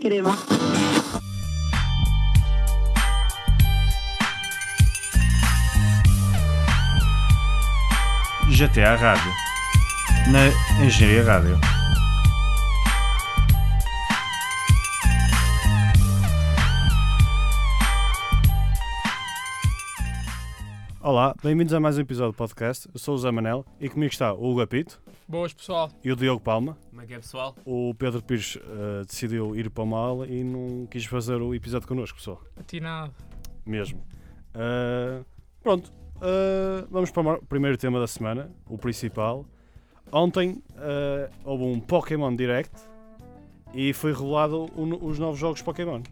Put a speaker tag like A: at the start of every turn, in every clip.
A: crema.
B: GTA Rádio. Na Engenharia Rádio. Olá, bem-vindos a mais um episódio do podcast. Eu sou o Zé Manel e comigo está o Hugo Apito
C: Boas, pessoal.
B: e o Diogo Palma.
D: Como é que é, pessoal?
B: O Pedro Pires eh, decidiu ir para uma aula e não quis fazer o episódio connosco, pessoal.
C: Atinado.
B: Mesmo. Ah, pronto. Ah, vamos para o mar- primeiro tema da semana, o principal. Ontem ah, houve um Pokémon Direct e foi revelado o no- os novos jogos Pokémon.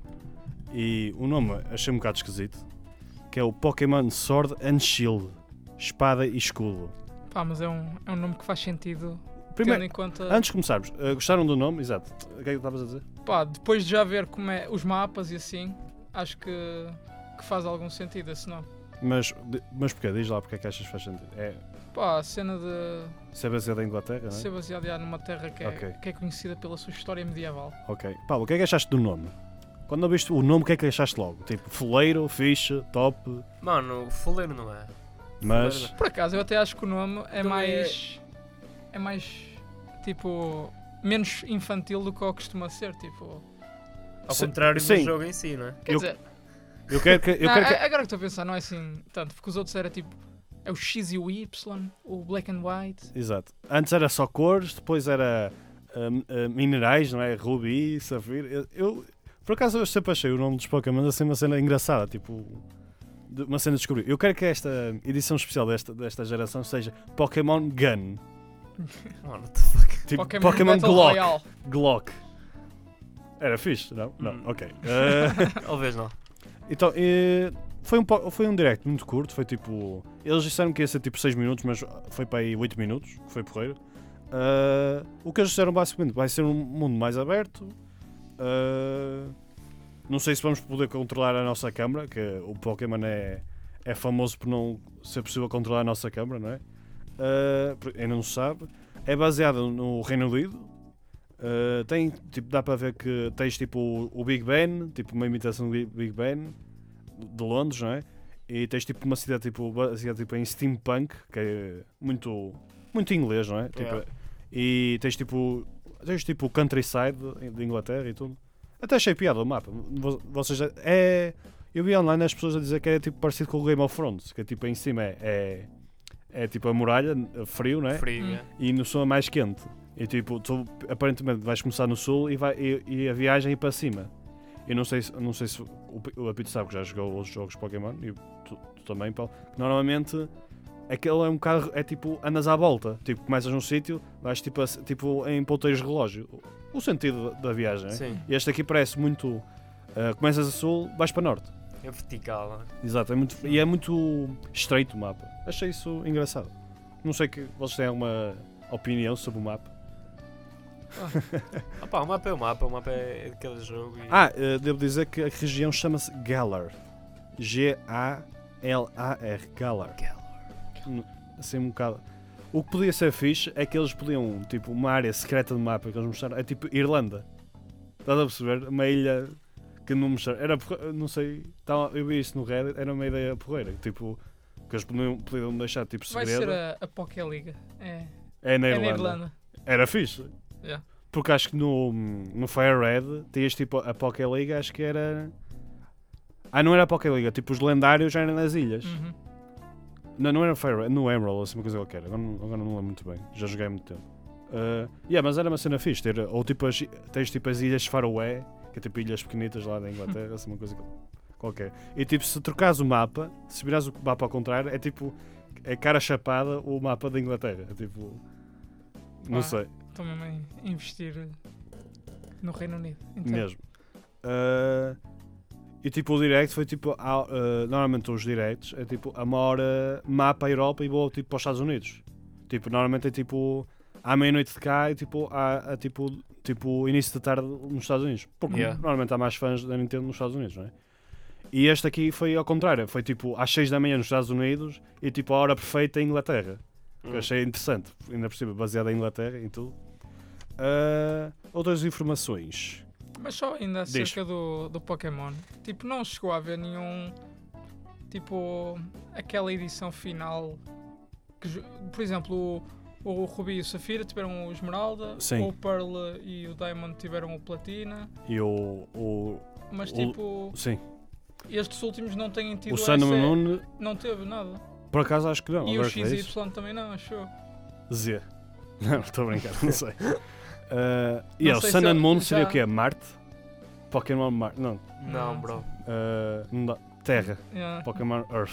B: E o nome achei um bocado esquisito, que é o Pokémon Sword and Shield, Espada e Escudo.
C: Pá, mas é um, é um nome que faz sentido, tendo
B: Primeiro,
C: em conta...
B: antes de começarmos, ah, gostaram do nome? Exato. O que é que estavas a dizer?
C: Pá, depois de já ver como é os mapas e assim, acho que, que faz algum sentido esse nome.
B: Mas, de- mas porquê? Diz lá porque é que achas que faz sentido. É,
C: Pá, a cena de
B: se é baseado em Inglaterra, não é?
C: ser baseado já numa terra que é,
B: Ok.
C: que é conhecida pela sua história medieval.
B: Ok. Paulo, o que é que achaste do nome? Quando ouviste o nome, o que é que achaste logo? Tipo, foleiro, ficha, top,
D: Mano, fuleiro não é.
B: mas...
C: Por acaso, eu até acho que o nome é
D: Então é-
C: mais... É... mais, tipo, menos infantil do que o costuma ser, tipo...
D: Ao
B: Sim,
D: contrário
B: sim.
D: do jogo em si, não é?
C: Quer
B: Eu-
C: dizer,
B: Eu quero que... Eu
C: não,
B: quero
C: a-
B: que...
C: agora que estou a pensar, não é assim tanto, porque os outros era tipo... É o X e o Y, o Black and White,
B: Exato. Antes era só cores, depois era hum, hum, minerais, não é? Rubi, safira... Eu, eu- Por acaso, eu sempre achei o nome dos Pokémon assim uma cena engraçada, tipo... de- Uma cena de descobrir. Eu quero que esta edição especial desta, desta geração seja Pokémon Gun.
D: Mano, what the fuck?
B: Tipo,
C: Pokémon,
B: Pokémon,
C: Battle
B: Glock.
C: Royale.
B: Glock. Era fixe, não? Não,
D: Hum.
B: ok. Ah,
D: Talvez não.
B: Então, eh, foi, um, po- foi um direct muito curto, foi tipo. Eles disseram que ia ser tipo 6 minutos, mas foi para aí 8 minutos, foi porreiro. Ah, o que eles disseram basicamente vai ser um mundo mais aberto. Ah, não sei se vamos poder controlar a nossa câmara, que o Pokémon é, é famoso por não ser possível controlar a nossa câmara, não é? Ah, por- ainda não se sabe. É baseado no Reino Unido. Ah, tem, tipo, dá para ver que tens tipo o- o Big Ben, tipo uma imitação do Bi- Big Ben de Londres, não é? E tens tipo uma cidade tipo, baseada tipo, em steampunk, que é muito, muito inglês, não é? Tipo,
D: Yeah.
B: E tens tipo, tens tipo o countryside de Inglaterra e tudo. Até achei piada o mapa. Vo- Vocês é, eu vi online as pessoas a dizer que é tipo parecido com o Game of Thrones, que é tipo em cima é, é, é, tipo a muralha, frio, não é?
D: Frio,
C: Hum.
D: é.
B: e no sul é mais quente. E tipo, tu aparentemente vais começar no sul e, vai, e, e a viagem é para cima. Eu não sei se, não sei se o, P- o Apito sabe que já jogou outros jogos Pokémon e tu, tu também, Paulo. que Normalmente aquele é um carro, é tipo, andas à volta. Tipo, começas num sítio, vais tipo, a- tipo em ponteiros de relógio. O sentido da- da viagem. né?
D: Sim.
B: Este aqui parece muito. ah, começas a sul, vais para norte.
D: É vertical, não é?
B: Exato, é muito, e é muito estreito o mapa. Achei isso engraçado. Não sei que vocês têm alguma opinião sobre o mapa.
D: Ah pá, o mapa é o mapa, o mapa é de cada jogo e...
B: Ah, eh, devo dizer que a região chama-se Galar. G-A-L-A-R. Galar. N- Assim um bocado. O que podia ser fixe é que eles podiam, tipo, uma área secreta do mapa que eles mostraram. É tipo Irlanda. Estás a perceber? Uma ilha que não mostraram. Era, porre- não sei, tava- eu vi isso no Reddit, era uma ideia porreira. Tipo, que eles podiam, podiam deixar, tipo,
C: Vai
B: segredo.
C: ser a, a Pokéliga. É,
B: É na
C: é
B: Irlanda.
C: na Irlanda.
B: Era fixe.
C: Yeah.
B: Porque acho que no, no Fire Red tinhas tipo a Poké Liga, acho que era. Ah, não era a Poké Liga, tipo os lendários já eram nas ilhas.
C: Uhum.
B: Não, não era Fire Red, no Emerald, assim uma coisa qualquer. Agora, não- agora não lembro muito bem, já joguei há muito tempo. Ah, yeah, mas era uma cena fixe, ter, ou tipo as, tens tipo as ilhas Faroé, que é tipo ilhas pequenitas lá da Inglaterra, assim uma coisa qualquer. E tipo, se trocares o mapa, se virares o mapa ao contrário, é tipo, é cara chapada o mapa da Inglaterra. É tipo, não
C: Ah.
B: sei.
C: Estão mesmo a investir no Reino Unido. Então,
B: Mesmo. Ah, e tipo, o direct foi tipo. ah, ah, normalmente os directs é tipo a maior mapa à Europa e vou tipo para os Estados Unidos. Tipo, normalmente é tipo à meia-noite de cá e tipo, à, a, tipo, tipo início da tarde nos Estados Unidos. Porque
D: Yeah.
B: normalmente há mais fãs da Nintendo nos Estados Unidos, não é? E este aqui foi ao contrário, foi tipo às 6 da manhã nos Estados Unidos e tipo a hora perfeita em Inglaterra. Que eu
D: Hum.
B: achei interessante, ainda por cima, baseado em Inglaterra e tudo. Ah, outras informações.
C: Mas só ainda
B: Diz.
C: acerca do, do Pokémon. Tipo, não chegou a haver nenhum. Tipo, aquela edição final. Que, ju- por exemplo, o, o Rubi e o Safira tiveram o Esmeralda,
B: Sim.
C: o Pearl e o Diamond tiveram o Platina.
B: E o. o
C: Mas,
B: O-
C: tipo,
B: sim,
C: estes últimos não têm tido
B: o Sun and
C: essa-
B: Moon,
C: Não teve nada.
B: por acaso acho que não.
C: é e o
B: agora que
C: XY
B: vejo.
C: também não, achou?
B: Z. Não, estou a brincar, não sei. Ah, e
C: Não
B: é, o
C: sei
B: Sun
C: se
B: and
C: eu-
B: Moon
C: já-
B: seria o quê? Marte? Pokémon Marte? Não.
D: Não,
C: Não.
D: bro.
B: ah, não dá. Terra.
C: Yeah.
B: Pokémon Earth.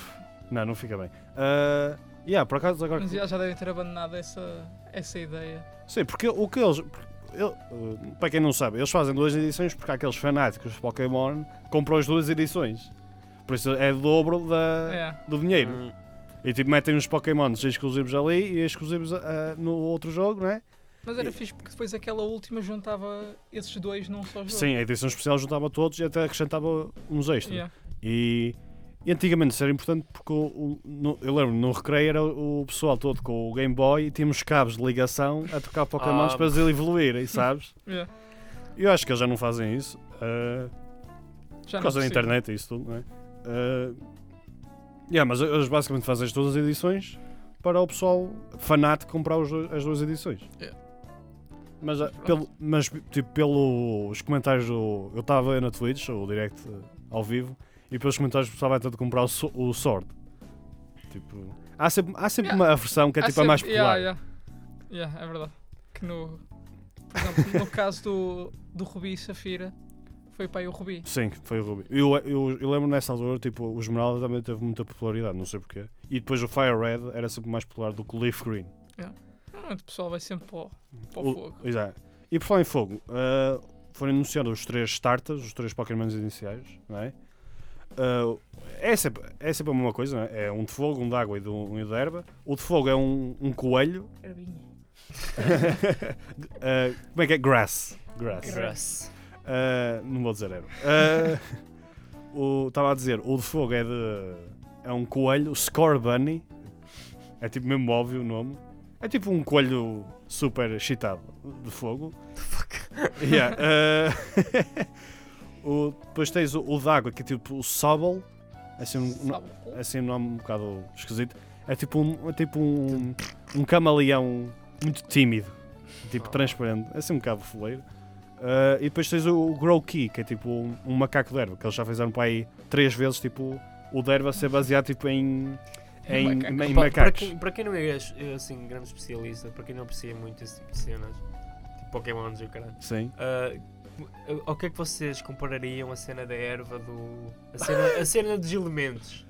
B: Não, não fica bem. Ah, yeah, por acaso agora.
C: Mas
B: que-
C: já, já devem ter abandonado essa, essa ideia.
B: Sim, porque o que eles. porque eu- ah, para quem não sabe, eles fazem duas edições porque há aqueles fanáticos de Pokémon que compram as duas edições. Por isso é o dobro da,
C: É.
B: do dinheiro.
D: Hum,
B: E tipo, metem uns Pokémons exclusivos ali e exclusivos ah, no outro jogo, não é?
C: Mas era
B: E-
C: fixe porque depois aquela última juntava esses dois num só jogo.
B: Sim, a edição especial juntava todos e até acrescentava uns extras.
C: Yeah.
B: E, e antigamente isso era importante porque o, o- no- eu lembro no recreio era o pessoal todo com o Game Boy e tínhamos cabos de ligação a tocar Pokémons
D: Ah.
B: para eles evoluírem, sabes?
C: Yeah.
B: E Eu acho que eles já não fazem isso ah, por
C: Já não
B: causa da
C: consigo.
B: internet e isso tudo, não é? Ah, yeah, mas eles basicamente fazem todas as edições para o pessoal fanático comprar os do- as duas edições.
C: Yeah.
B: Mas, ah,
C: Pronto.
B: pelo, mas tipo, pelos comentários do. Eu estava na Twitch, o direct eh, ao vivo, e pelos comentários o pessoal vai tanto comprar o, so- o Sword. Tipo. Há sempre, há sempre
C: Yeah.
B: uma versão que é
C: Há
B: tipo a mais
C: sempre-
B: popular.
C: Ah, Yeah, yeah. Yeah, é verdade. Que no, por exemplo, no caso do, do Rubi e Safira, foi para aí o Rubi.
B: Sim, foi o Ruby. Eu, eu, eu lembro nessa altura, tipo, o Esmeralda também teve muita popularidade, não sei porquê. E depois o Fire Red era sempre mais popular do que o Leaf Green.
C: Normalmente Ah, o pessoal vai sempre para o, para o
B: O-
C: fogo.
B: Exato. E por falar em fogo, ah, foram anunciados os três starters, os três Pokémons iniciais, não é? Ah, é, sempre, é sempre a mesma coisa, não é? É um de fogo, um de água e de um, e de erva. O de fogo é um, um coelho. Ah, como é que é? Grass. Grass.
D: Grass.
B: Ah, não vou dizer erva. Estava a dizer, o de fogo é de. É um coelho, Score Bunny. É tipo mesmo óbvio o nome. É tipo um coelho super excitado de fogo. Yeah, eh, o- depois tens o, o d'água, que é tipo o Sobble, é assim um, no- é assim um nome um bocado esquisito. É tipo um, é tipo um, um camaleão muito tímido, tipo
D: Ah.
B: transparente, é assim um bocado foleiro. Eh, e depois tens o, o Growkey, que é tipo um, um macaco de erva, que eles já fizeram para aí três vezes tipo, o de erva ser baseado tipo, em, em,
C: Em macaco.
B: em
D: Pa- para,
B: macacos.
D: quem, para quem não é é, assim, grande especialista, para quem não aprecia muito esse tipo de cenas, tipo Pokémons e o caralho,
B: Sim.
D: ah, ao que é que vocês comparariam a cena da erva do. a cena, a cena dos elementos?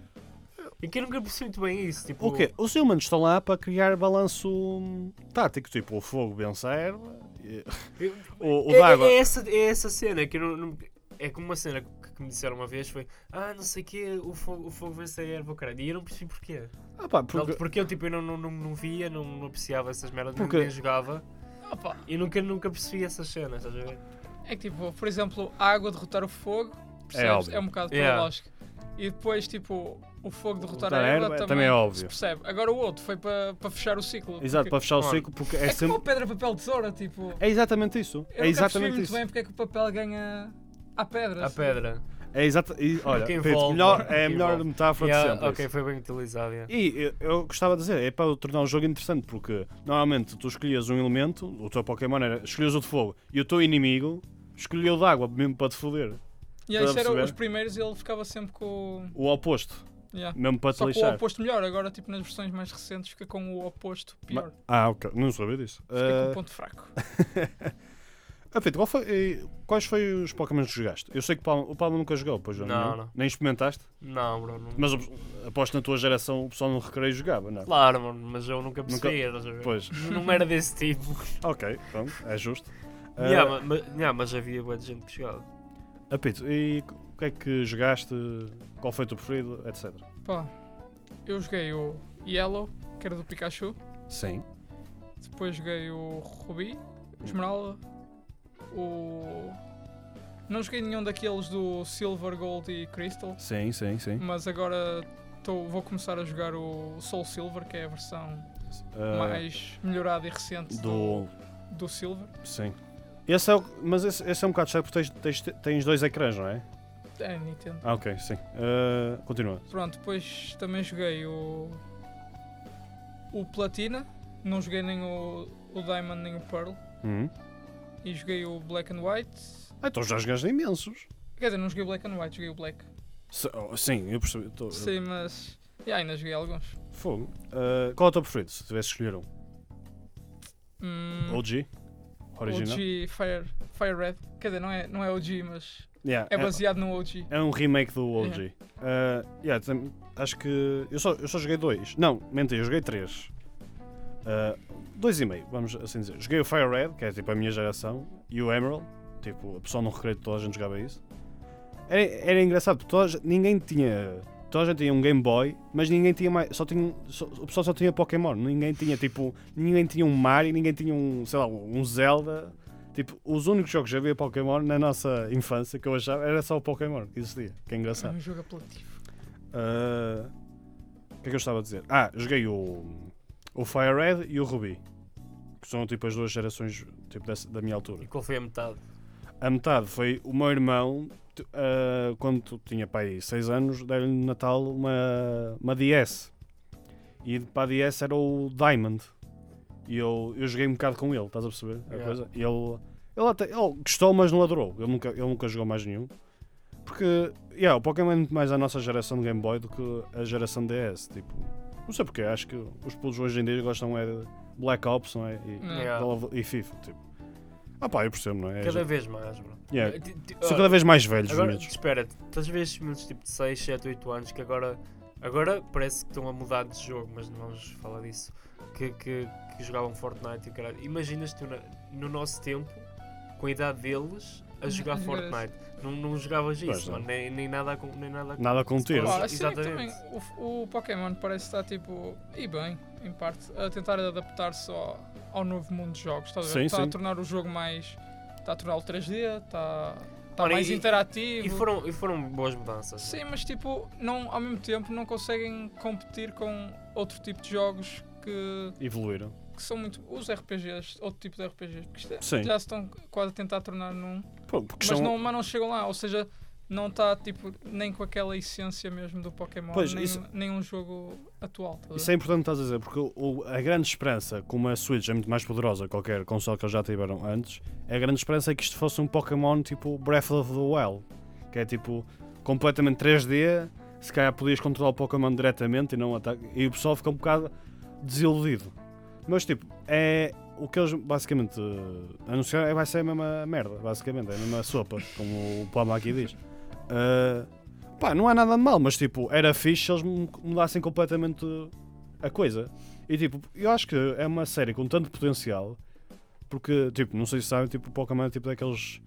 D: E que eu nunca percebi muito bem isso. Tipo,
B: O quê? Os humanos estão lá para criar balanço hum, tático, tipo o fogo vence a erva, e-
D: eu-
B: o, o
D: é,
B: d'água
D: é essa, é essa cena que eu não, não- É como uma cena que, que me disseram uma vez: foi ah, não sei o quê, o fogo, o fogo vence a erva, o caralho. E eu não percebi porquê.
B: Ah pá, porque-
D: Porque, eu tipo, eu não, não, não, não via, não, não apreciava essas merdas,
B: Porque-
D: ninguém jogava
C: Opa,
D: e nunca, nunca percebi essas cenas, estás a ver?
C: É que tipo, por exemplo, a água derrotar o fogo, percebes?
B: óbvio.
C: É um bocado pela
D: Yeah.
C: lógica. E depois, tipo, o fogo derrotar a
B: Derrotar a
C: erva
B: erva
C: também,
B: também é óbvio.
C: se percebe. Agora o outro foi para para fechar o ciclo.
B: Exato,
C: porque-
B: para fechar o
D: Claro.
B: ciclo, porque
C: É,
B: é
C: como
B: sempre.
C: pedra, papel, tesoura, tipo...
B: É exatamente isso.
C: Eu
B: É
C: nunca percebi
B: exatamente
C: muito
B: isso.
C: bem porque é que o papel ganha à pedra.
D: A
C: assim.
D: pedra.
B: É exata... e, olha,
D: Que
B: Pedro,
D: envolve,
B: melhor, é a
D: que
B: melhor
D: envolve.
B: metáfora
D: Yeah,
B: de sempre.
D: ok,
B: isso.
D: foi bem utilizado. yeah.
B: E eu, eu gostava de dizer, é para tornar o jogo interessante, porque normalmente tu escolhias um elemento, o teu Pokémon era, escolhias o de fogo, e o teu inimigo escolheu o de água, mesmo para te foder.
C: E aí,
B: Estás
C: isso
B: a
C: eram
B: perceber?
C: os primeiros e ele ficava sempre com... o-
B: O oposto,
C: Yeah.
B: mesmo para te
C: Só com o
B: lixar.
C: oposto melhor. Agora, tipo, nas versões mais recentes fica com o oposto pior.
B: Ma- Ah, ok, não sabia disso.
C: Fica com
B: Ah,
C: o ponto fraco.
B: ah, Pedro, qual foi- eh, quais foi os Pokémon que jogaste? Eu sei que o Palma, o Palma nunca jogou, pois
D: Não,
B: nenhum.
D: não.
B: Nem experimentaste?
D: Não, bro, não-
B: Mas eu- aposto que na tua geração o pessoal no recreio jogava, não? é?
D: Claro, mano, mas eu nunca percebi, estás a ver?
B: Pois,
D: Não era desse tipo.
B: ok, pronto, é justo. Ah,
D: Yeah, ma- ma- yeah, mas havia boa gente que jogava.
B: Apito, e o que é que jogaste? Qual foi o teu preferido? Etc.
C: Pá, eu joguei o Yellow, que era do Pikachu.
B: Sim.
C: Depois joguei o Rubi, o Esmeralda, o. Não joguei nenhum daqueles do Silver, Gold e Crystal,
B: Sim, sim, sim.
C: mas agora tô- vou começar a jogar o Soul Silver, que é a versão
B: Ah,
C: mais melhorada e recente do,
B: do.
C: do Silver.
B: Sim. Esse é o- mas esse, esse é um bocado chato porque tens, tens, tens dois ecrãs, não é?
C: É Nintendo.
B: Ah, ok, sim. Ah, continua.
C: Pronto, depois também joguei o. O Platina. Não joguei nem o, o Diamond nem o Pearl.
B: Uhum.
C: E joguei o Black and White.
B: Ah, então já jogaste imensos.
C: Quer dizer, não joguei o Black and White, joguei o Black.
B: Se- oh, sim, eu percebi. tô-
C: Sim, mas. Yeah, ainda joguei alguns.
B: Fogo. Ah, qual é o teu preferido, se tivesse escolher um?
C: Hum,
B: OG? Original?
C: OG Fire, Fire Red. Quer dizer, não é, não é OG, mas
B: Yeah,
C: é baseado no OG.
B: É um remake do OG. Ah, yeah, tam- acho que. Eu só, eu só joguei dois. Não, mentira, eu joguei três. Ah, dois e meio, vamos assim dizer. Joguei o Fire Red, que é tipo a minha geração, e o Emerald. Tipo, o pessoal no recreio toda a gente jogava isso. Era, era engraçado, porque toda a gente- ninguém tinha. Toda a gente tinha um Game Boy, mas ninguém tinha mais. Só tinha, um, só- o pessoal só tinha Pokémon. Ninguém tinha tipo. Ninguém tinha um Mario, ninguém tinha um. sei lá, um Zelda. Tipo, os únicos jogos que havia Pokémon na nossa infância que eu achava era só o Pokémon que existia. Que é
C: É
B: engraçado.
C: um jogo apelativo.
B: Ah, O que é que eu estava a dizer? Ah, joguei o, o Fire Red e o Ruby. Que são tipo as duas gerações tipo, dessa- da minha altura.
D: E qual foi a metade?
B: A metade foi o meu irmão, t- ah, quando tinha pai 6 anos, deram lhe no Natal uma, uma DS. E para a DS era o Diamond. E eu, eu joguei um bocado com ele, estás a perceber? a
D: Yeah.
B: coisa? E Ele, ele, até, ele gostou, mas não adorou. Ele nunca, ele nunca jogou mais nenhum. Porque yeah, o Pokémon é muito mais a nossa geração de Game Boy do que a geração DS. Tipo, não sei porque, acho que os pulos hoje em dia gostam é de Black Ops não é? e,
D: Ah.
C: Yeah.
B: Call of- e FIFA. Tipo. Ah pá, eu percebo, não é? É
D: Hum. Cada vez mais, bro.
B: Yeah.
D: Ti- ti-
B: São
D: ah,
B: cada vez mais velhos,
D: Agora,
B: os miúdos.
D: espera, estás a ver estes miúdos tipo de 6, 7, 8 anos que agora, agora parece que estão a mudar de jogo, mas não vamos falar disso. Que, que, que jogavam Fortnite e o caralho. Imaginas tu no nosso tempo, com a idade deles, a
C: jogar
D: jogar
C: isso.
D: Fortnite. Não, não jogavas
B: Pois
D: isso,
B: não.
D: mano, nem, nem nada a con- nem nada a con-
B: Nada a conter.
D: Claro.
C: Pá, assim é que também
D: Exatamente.
C: o, o Pokémon parece estar tipo. e bem, em parte, a tentar adaptar-se ao, ao novo mundo de jogos. Está a, ver?
B: Sim,
C: Está a
B: sim.
C: tornar o jogo mais. Está a torná-lo 3D, está, está
D: Ora,
C: mais
D: e-
C: interativo.
D: E foram, e foram boas mudanças.
C: Sim, mas tipo, não, ao mesmo tempo não conseguem competir com outro tipo de jogos que,
B: Evoluíram.
C: que são muito. Os RPGs, outro tipo de RPGs, que isto é-
B: Sim.
C: já se estão quase a tentar tornar num.
B: Pô, porque
C: Mas
B: são-
C: não, mas não chegam lá, ou seja, não está tipo nem com aquela essência mesmo do Pokémon,
B: Pois,
C: nem,
B: isso-
C: nem um jogo atual. tá a ver?
B: Isso é importante estás a dizer, porque o- a grande esperança, como a Switch é muito mais poderosa que qualquer console que eles já tiveram antes, a grande esperança é que isto fosse um Pokémon tipo Breath of the Wild, que é tipo completamente 3D, se calhar podias controlar o Pokémon diretamente e não o ataque, e o pessoal fica um bocado desiludido. Mas tipo, é o que eles basicamente eh, anunciaram é vai ser a mesma merda, basicamente, é a mesma sopa, como o Palma aqui diz. Eh, pá, não há nada de mal, mas tipo, era fixe se eles mu- mudassem completamente a coisa. E tipo, eu acho que é uma série com tanto potencial, porque, tipo, não sei se sabem, tipo, o Pokémon é tipo daqueles.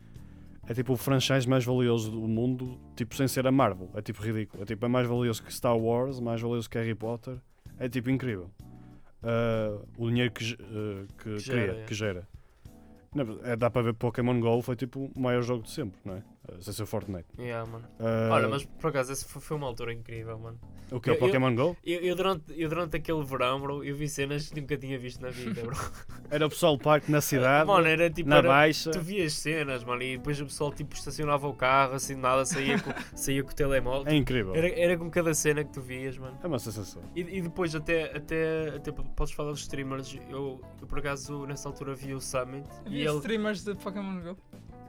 B: É tipo o franchise mais valioso do mundo, tipo, sem ser a Marvel. É tipo ridículo. É tipo, é mais valioso que Star Wars, mais valioso que Harry Potter. É tipo incrível. Ah, o dinheiro que, ge- ah, que,
D: Que
B: cria,
D: gera, é.
B: que gera. Não, é, dá para ver que Pokémon GO foi tipo o maior jogo de sempre, não é? Ah, sem ser Fortnite.
D: Yeah, mano.
B: Ah,
D: Olha, mas por acaso, essa foi, foi uma altura incrível, mano.
B: O que é o
D: eu-
B: Pokémon GO?
D: Eu, eu durante, eu durante aquele verão, bro, eu vi cenas que nunca tinha visto na vida, bro.
B: Era o pessoal parque na cidade,
D: mano, era tipo.
B: na
D: era-
B: baixa.
D: Tu vias cenas, mano, e depois o pessoal tipo estacionava o carro, assim de nada, saía com, saía com o telemóvel. tipo,
B: É incrível.
D: Era, era com cada cena que tu vias, mano.
B: É uma sensação.
D: E, e depois até, até, até p- podes falar dos streamers, eu, eu por acaso nessa altura vi o Summit
B: é-
D: e
C: Havia
D: ele,
C: streamers de Pokémon Go.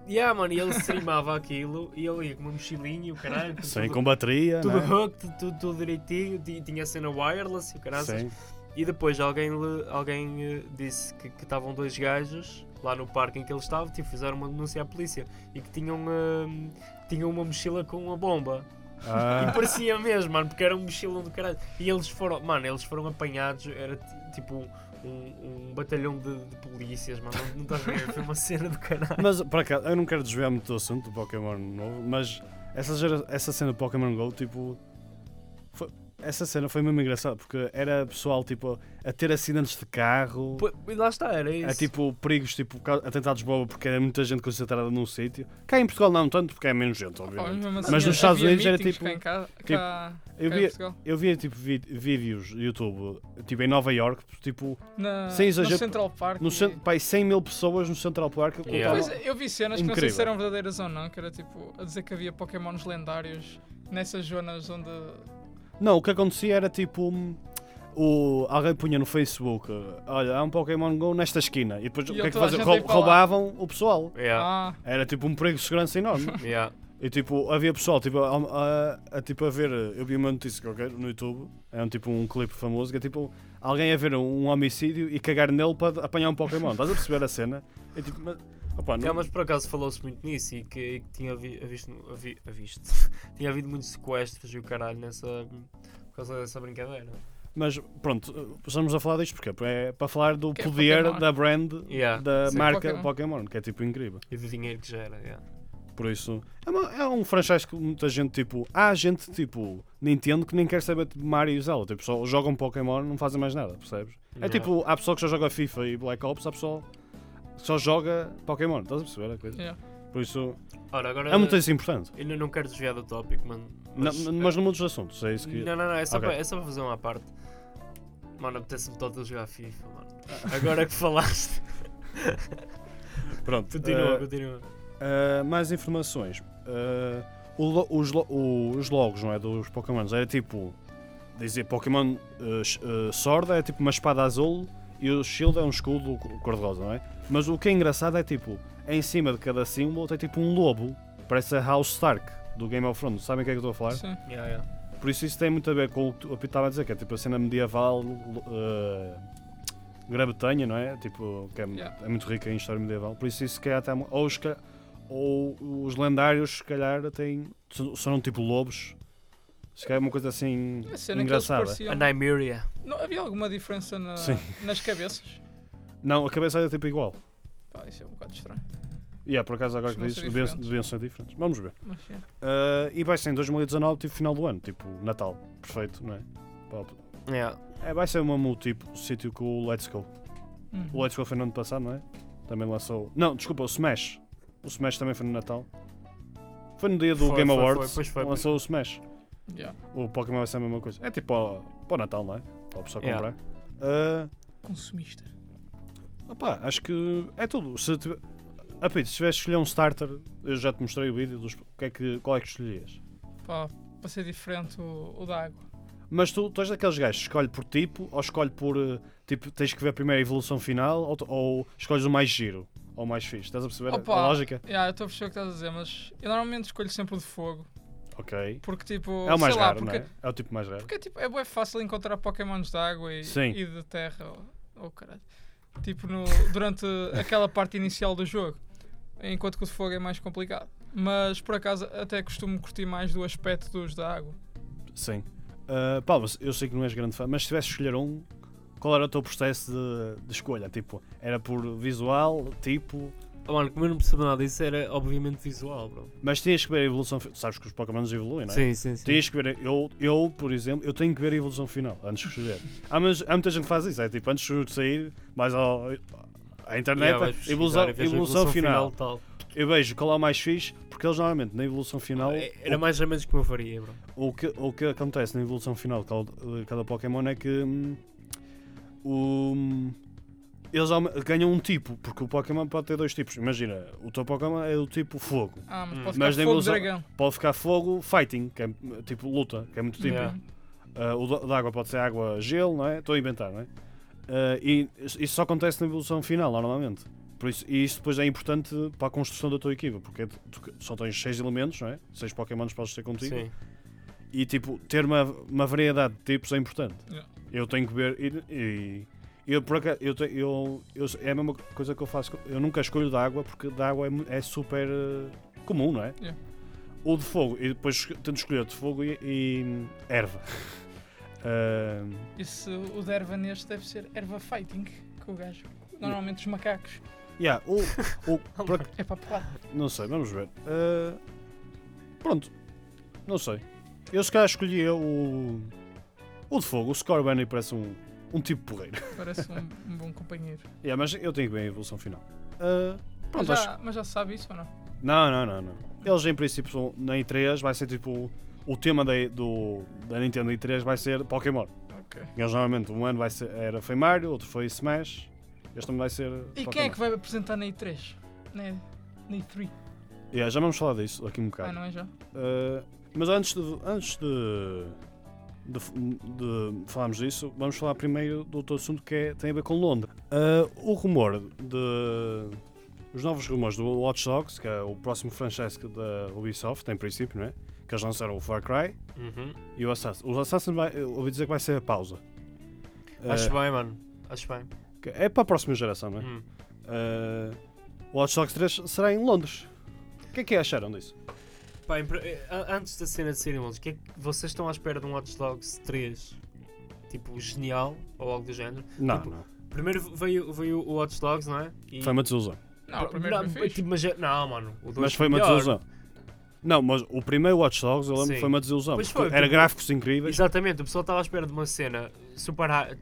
D: yeah, mano, e ele streamava aquilo e ele ia com uma mochilinha e o caralho, com
B: Sem, com
D: tudo,
B: bateria,
D: tudo
B: né?
D: hooked, tudo, tudo direitinho, ti- tinha a cena wireless e o caralho.
B: Sim.
D: E depois alguém, lhe- alguém eh, disse que que estavam dois gajos lá no parque em que ele estava, tipo, fizeram uma denúncia à polícia e que tinham, hum, tinham uma mochila com uma bomba. E
B: Ah,
D: parecia mesmo, mano, porque era um mochilão do caralho. E eles foram, mano, eles foram apanhados, era ti- tipo um, um- um batalhão de, de polícias, mano, não, não estás a ver, foi uma cena do caralho.
B: mas para cá, eu não quero desviar muito do assunto do Pokémon novo, mas essa, gera- essa cena do Pokémon GO, tipo. Foi, essa cena foi mesmo engraçada, porque era pessoal tipo a ter acidentes de carro,
D: Pô, E lá está, era isso.
B: a tipo perigos, tipo ca- atentados bomba, porque era muita gente concentrada num sítio. Cá em Portugal não tanto, porque é menos gente, obviamente.
C: Mas,
B: nos Estados Unidos era tipo-
C: assim, Cá em casa, cá,
B: Eu
C: cá em
D: é
B: via,
C: Portugal.
B: eu via tipo vi- vídeos no YouTube, tipo em Nova York, tipo
C: Na,
B: sem exagero,
C: no Central Park.
B: no cent... pai, 100 mil pessoas no Central Park. com
D: Yeah.
B: tal-
C: Pois, é. eu vi cenas que não sei se
B: Incrível.
C: eram verdadeiras ou não, que era tipo a dizer que havia pokémons lendários nessas zonas onde.
B: Não, o que acontecia era tipo. hum, O, alguém punha no Facebook, olha, há um Pokémon Go nesta esquina. E depois
C: E
B: o que é que
C: toda a
B: faziam?
C: gente ia
B: Rou-
C: para lá.
B: Roubavam o pessoal.
D: Yeah,
C: Ah,
B: Era tipo um perigo de segurança enorme.
D: yeah.
B: e tipo, havia pessoal tipo, a, a- a- tipo, a ver. Eu vi uma notícia qualquer no YouTube, é um tipo um clipe famoso, que é tipo alguém a ver um homicídio e cagar nele para apanhar um Pokémon. Estás a perceber a cena? É tipo, mas, opa, não-
D: Yeah, É, mas por acaso falou-se muito nisso e que, e que tinha havi- havisto, havi- havisto. tinha havido muitos sequestros e o caralho nessa, por causa dessa brincadeira.
B: Mas pronto, estamos a falar disto porque é para falar do
C: Que é
B: poder
C: Pokémon.
B: da brand
D: Yeah,
B: da
D: sim.
B: marca
C: Pokémon.
B: Pokémon. que é tipo incrível.
D: E do dinheiro que gera. Yeah.
B: Por isso, é, uma- é um franchise que muita gente tipo. Há gente tipo Nintendo que nem quer saber de Mario e Zelda. Tipo, só jogam Pokémon não fazem mais nada, percebes? É
D: Yeah.
B: tipo, há pessoal que só joga FIFA e Black Ops, há pessoal que só joga Pokémon. Estás a perceber a coisa?
C: yeah.
B: Por isso,
D: Ora, agora.
B: é muito isso importante.
D: Ainda não quero desviar do tópico, mano.
B: Mas não, mas não mudes de assuntos, é isso que.
D: eh, Não, não, não, é só,
B: Ok.
D: para, é só para fazer uma à parte. Mano, apetece-me todo jogar FIFA, mano.
B: Ah.
D: Agora que falaste. Ah.
B: Pronto,
D: Continua,
B: eh,
D: continua.
B: Uh, mais informações. Uh, o lo- os, lo- o- os logos não é, dos Pokémons era tipo. Dizer Pokémon uh, sh- uh, Sword é tipo uma espada azul e o Shield é um escudo co- cor-de-rosa, não é? Mas o que é engraçado é tipo. Em cima de cada símbolo tem tipo um lobo. Parece a House Stark do Game of Thrones. Sabem o que é que eu estou a falar?
C: Sim.
D: Yeah, yeah.
B: Por isso isso tem muito a ver com o que tu- o Pito estava a dizer, que é tipo a cena medieval. Uh, Grã-Bretanha, não é? Tipo, que é, mu-
C: Yeah.
B: é muito rica em história medieval. Por isso isso se calhar até, mu- ou, os, ca- ou os lendários se calhar têm. so- São tipo lobos. Se calhar é uma coisa assim
C: A cena é que eles
B: engraçada.
D: A
C: pareciam.
D: Nymeria.
C: Não, havia alguma diferença na-
B: Sim.
C: nas cabeças?
B: Não, a cabeça é tipo igual.
C: Pá, isso é um bocado estranho.
B: E é por acaso agora que
C: Costumam
B: dizes,
C: ser
B: deviam,
C: diferentes.
B: deviam ser diferentes. Vamos ver.
C: Mas, yeah.
B: Uh, e vai ser em 2019, tipo final do ano, tipo Natal. Perfeito, não é? Pá,
D: Yeah.
B: É, vai ser o mesmo tipo sítio que o Let's Go.
C: Uhum.
B: O Let's Go foi no ano passado, não é? Também lançou. Não, desculpa, o Smash. O Smash também foi no Natal. Foi no dia do
D: Foi,
B: Game
D: foi, foi,
B: Awards.
D: pois foi.
B: lançou o Smash.
C: Yeah.
B: O Pokémon vai ser a mesma coisa. É tipo ao- para o Natal, não é? Para o pessoal
D: Yeah.
B: comprar. Ah,
C: Consumista.
B: opá, acho que é tudo. Se tiver... Ah, Pito, se tivesse escolher um starter, eu já te mostrei o vídeo dos. o Que é que... Qual é que escolhias?
C: Pá, para ser diferente o, o da água.
B: Mas tu, tu és daqueles gajos que escolhe por tipo ou escolhe por. eh, Tipo, tens que ver primeiro a evolução final ou, tu- ou escolhes o mais giro ou o mais fixe? Estás a perceber a-
C: Opa.
B: a lógica?
C: Yeah, eu estou a perceber o que estás a dizer, mas eu normalmente escolho sempre o de fogo.
B: Ok.
C: Porque tipo.
B: É o mais
C: sei lá,
B: raro,
C: porque,
B: não é? É o tipo mais raro.
C: Porque é, tipo, é bué fácil encontrar pokémons de água e,
B: Sim.
C: e de terra. Oh, oh, caralho. Tipo, no, durante aquela parte inicial do jogo. Enquanto que o de fogo é mais complicado. Mas por acaso até costumo curtir mais do aspecto dos da água.
B: Sim. Ah, Paulo, eu sei que não és grande fã, mas se tivesse de escolher um, qual era o teu processo de, de escolha? Tipo, era por visual, tipo.
D: Oh, mano, como eu não percebo nada disso, era obviamente visual, bro.
B: Mas tinhas que ver a evolução. fi- Sabes que os Pokémons evoluem, não é?
D: Sim, sim, sim.
B: Tinhas que ver. Eu, eu, por exemplo, eu tenho que ver a evolução final antes de escolher. há, mas, há muita gente que faz isso. É tipo, antes de sair, vais ao. À internet,
D: Yeah, vais
B: evolução,
D: pesquisar e vejo a
B: evolução final.
D: tal.
B: Eu vejo qual é o mais fixe, porque eles normalmente na evolução final.
C: Ah,
D: É-
B: o-
D: Era mais ou menos como eu faria, bro.
B: O que, o que acontece na evolução final de cal- de cada Pokémon é que hum, o- hum, eles aume- ganham um tipo, porque o Pokémon pode ter dois tipos. Imagina, o teu Pokémon é do tipo fogo.
C: Ah, mas
D: Hum.
C: pode
B: Mas
C: ficar
B: na
C: fogo
B: evolução-
C: dragão.
B: Pode ficar fogo fighting, que é tipo luta, que é muito tipo.
D: Yeah.
B: Ah, o da- da água pode ser água gelo, não é? Estou a inventar, não é? Ah, e isso isso só acontece na evolução final, normalmente. Por isso, e isso depois é importante para a construção da tua equipa, porque é tu só tens seis elementos, não é? Seis Pokémons podes ter contigo.
D: Sim.
B: E tipo, ter uma, uma variedade de tipos é importante.
C: Yeah.
B: Eu tenho que ver e, e eu por acaso, eu, te- eu, eu- é a mesma coisa que eu faço. Eu nunca escolho da água porque da água é, mu- é super eh, comum, não é?
C: Yeah.
B: Ou de fogo, e depois esco- tento escolher de fogo e, e erva. Ah,
C: E se o de erva neste deve ser erva fighting, que o gajo. Normalmente os macacos.
B: yeah, o, o, por ac-
C: É para porrada.
B: não sei, vamos ver. Eh, Ah, pronto, não sei. Eu se calhar escolhia o, O de fogo, o Score Banner parece um, um tipo porreiro.
C: Parece um, um bom companheiro.
B: yeah, mas eu tenho bem a evolução final. Ah,
C: Mas
B: pronto, acho...
C: já, mas já sabe isso ou não?
B: Não, não, não, não. Eles em princípio são- na E3 vai ser tipo. O tema da, do, da Nintendo E3 vai ser Pokémon.
C: Ok.
B: Eles normalmente um ano vai ser, era, foi Mario, outro foi Smash. Este também vai ser.
C: E
B: Pokémon.
C: quem é que vai apresentar na E3? Na, na E3?
B: Yeah, já vamos falar disso daqui um bocado.
C: Ah, não é já?
B: Uh, mas antes de, antes de, de, de falarmos disso, vamos falar primeiro do outro assunto que é- tem a ver com Londres. Uh, o rumor de. Os novos rumores do Watch Dogs, que é o próximo franchise que- da Ubisoft, em princípio, não é? Que eles lançaram o Far Cry
D: Uhum.
B: e o Assassin. O Assassin vai, eu ouvi dizer que vai ser a pausa. Uh,
D: Acho bem, mano. Acho bem.
B: que é para a próxima geração, não é?
D: Hum.
B: Uh, o Watch Dogs 3 será em Londres. O que é que acharam disso?
D: Pá, em pri- eh, a- antes da cena de serem longe, que é que vocês estão à espera de um Watch Dogs 3? Tipo, genial ou algo do género?
B: Não,
D: Tipo,
B: não.
D: Primeiro veio, veio o Watch Dogs, não é? E-
B: Foi uma desilusão.
C: Não, Ah, o primeiro
D: não,
C: foi fixe.
D: tipo, mas, é- não, mano. O dois
B: Mas foi uma
D: melhor.
B: desilusão. Não, mas o primeiro Watch Dogs, eu lembro
D: Sim.
B: que foi uma desilusão.
D: Pois
B: porque
D: foi,
B: era
D: tipo-
B: gráficos incríveis.
D: Exatamente, o pessoal estava à espera de uma cena super. hy-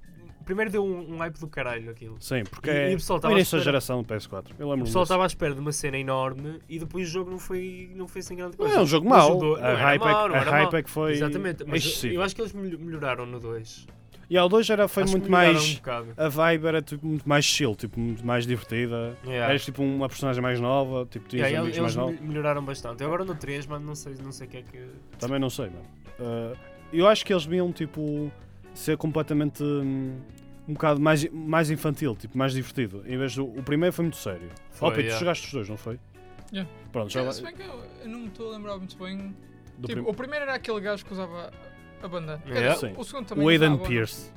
D: Primeiro deu um, um hype do caralho aquilo.
B: Sim, porque
D: E-
B: é
D: e o pessoal
B: o
D: tava à
B: início da
D: espera-
B: geração do PS4. Eu
D: O
B: lembro-me
D: pessoal
B: disso.
D: estava à espera de uma cena enorme e depois o jogo não foi, não foi sem grande
B: Não,
D: coisa.
B: é um jogo
D: Mas
B: mau.
D: o do- não
B: A
D: era
B: hype, é que-
D: mau, não
B: a
D: era
B: hype
D: mau.
B: é que foi
D: Exatamente, mas eu,
B: excessiva.
D: eu acho que eles melho- melhoraram no 2.
B: E ao 2 era, foi
D: Acho que
B: muito
D: melhoraram Um
B: mais...
D: bocado.
B: A vibe era tipo, muito mais chill, tipo, muito mais divertida.
D: Yeah.
B: Eras tipo uma personagem mais nova, tipo, tinhas
D: Yeah,
B: amigos mais
D: eles eles
B: novos.
D: mel- melhoraram bastante. Eu Agora no 3, mano, não sei, não sei o que é que.
B: Também não sei, mano. Ah, eu acho que eles deviam, tipo, ser completamente hum, um bocado mais, mais infantil, tipo, mais divertido. Em vez do. O primeiro foi muito sério.
D: Foi,
B: Ó, Pedro,
D: yeah.
B: tu jogaste os dois, não foi?
C: Yeah.
B: Pronto, já
C: É,
B: vai.
C: Se bem que eu, eu não me estou a lembrar muito bem.
B: do
C: Tipo,
B: prim-
C: o primeiro era aquele gajo que usava a bandana. Era
D: Yeah.
C: o-
B: Sim.
C: O segundo também
B: O Aiden
C: usava, é?
B: Pierce.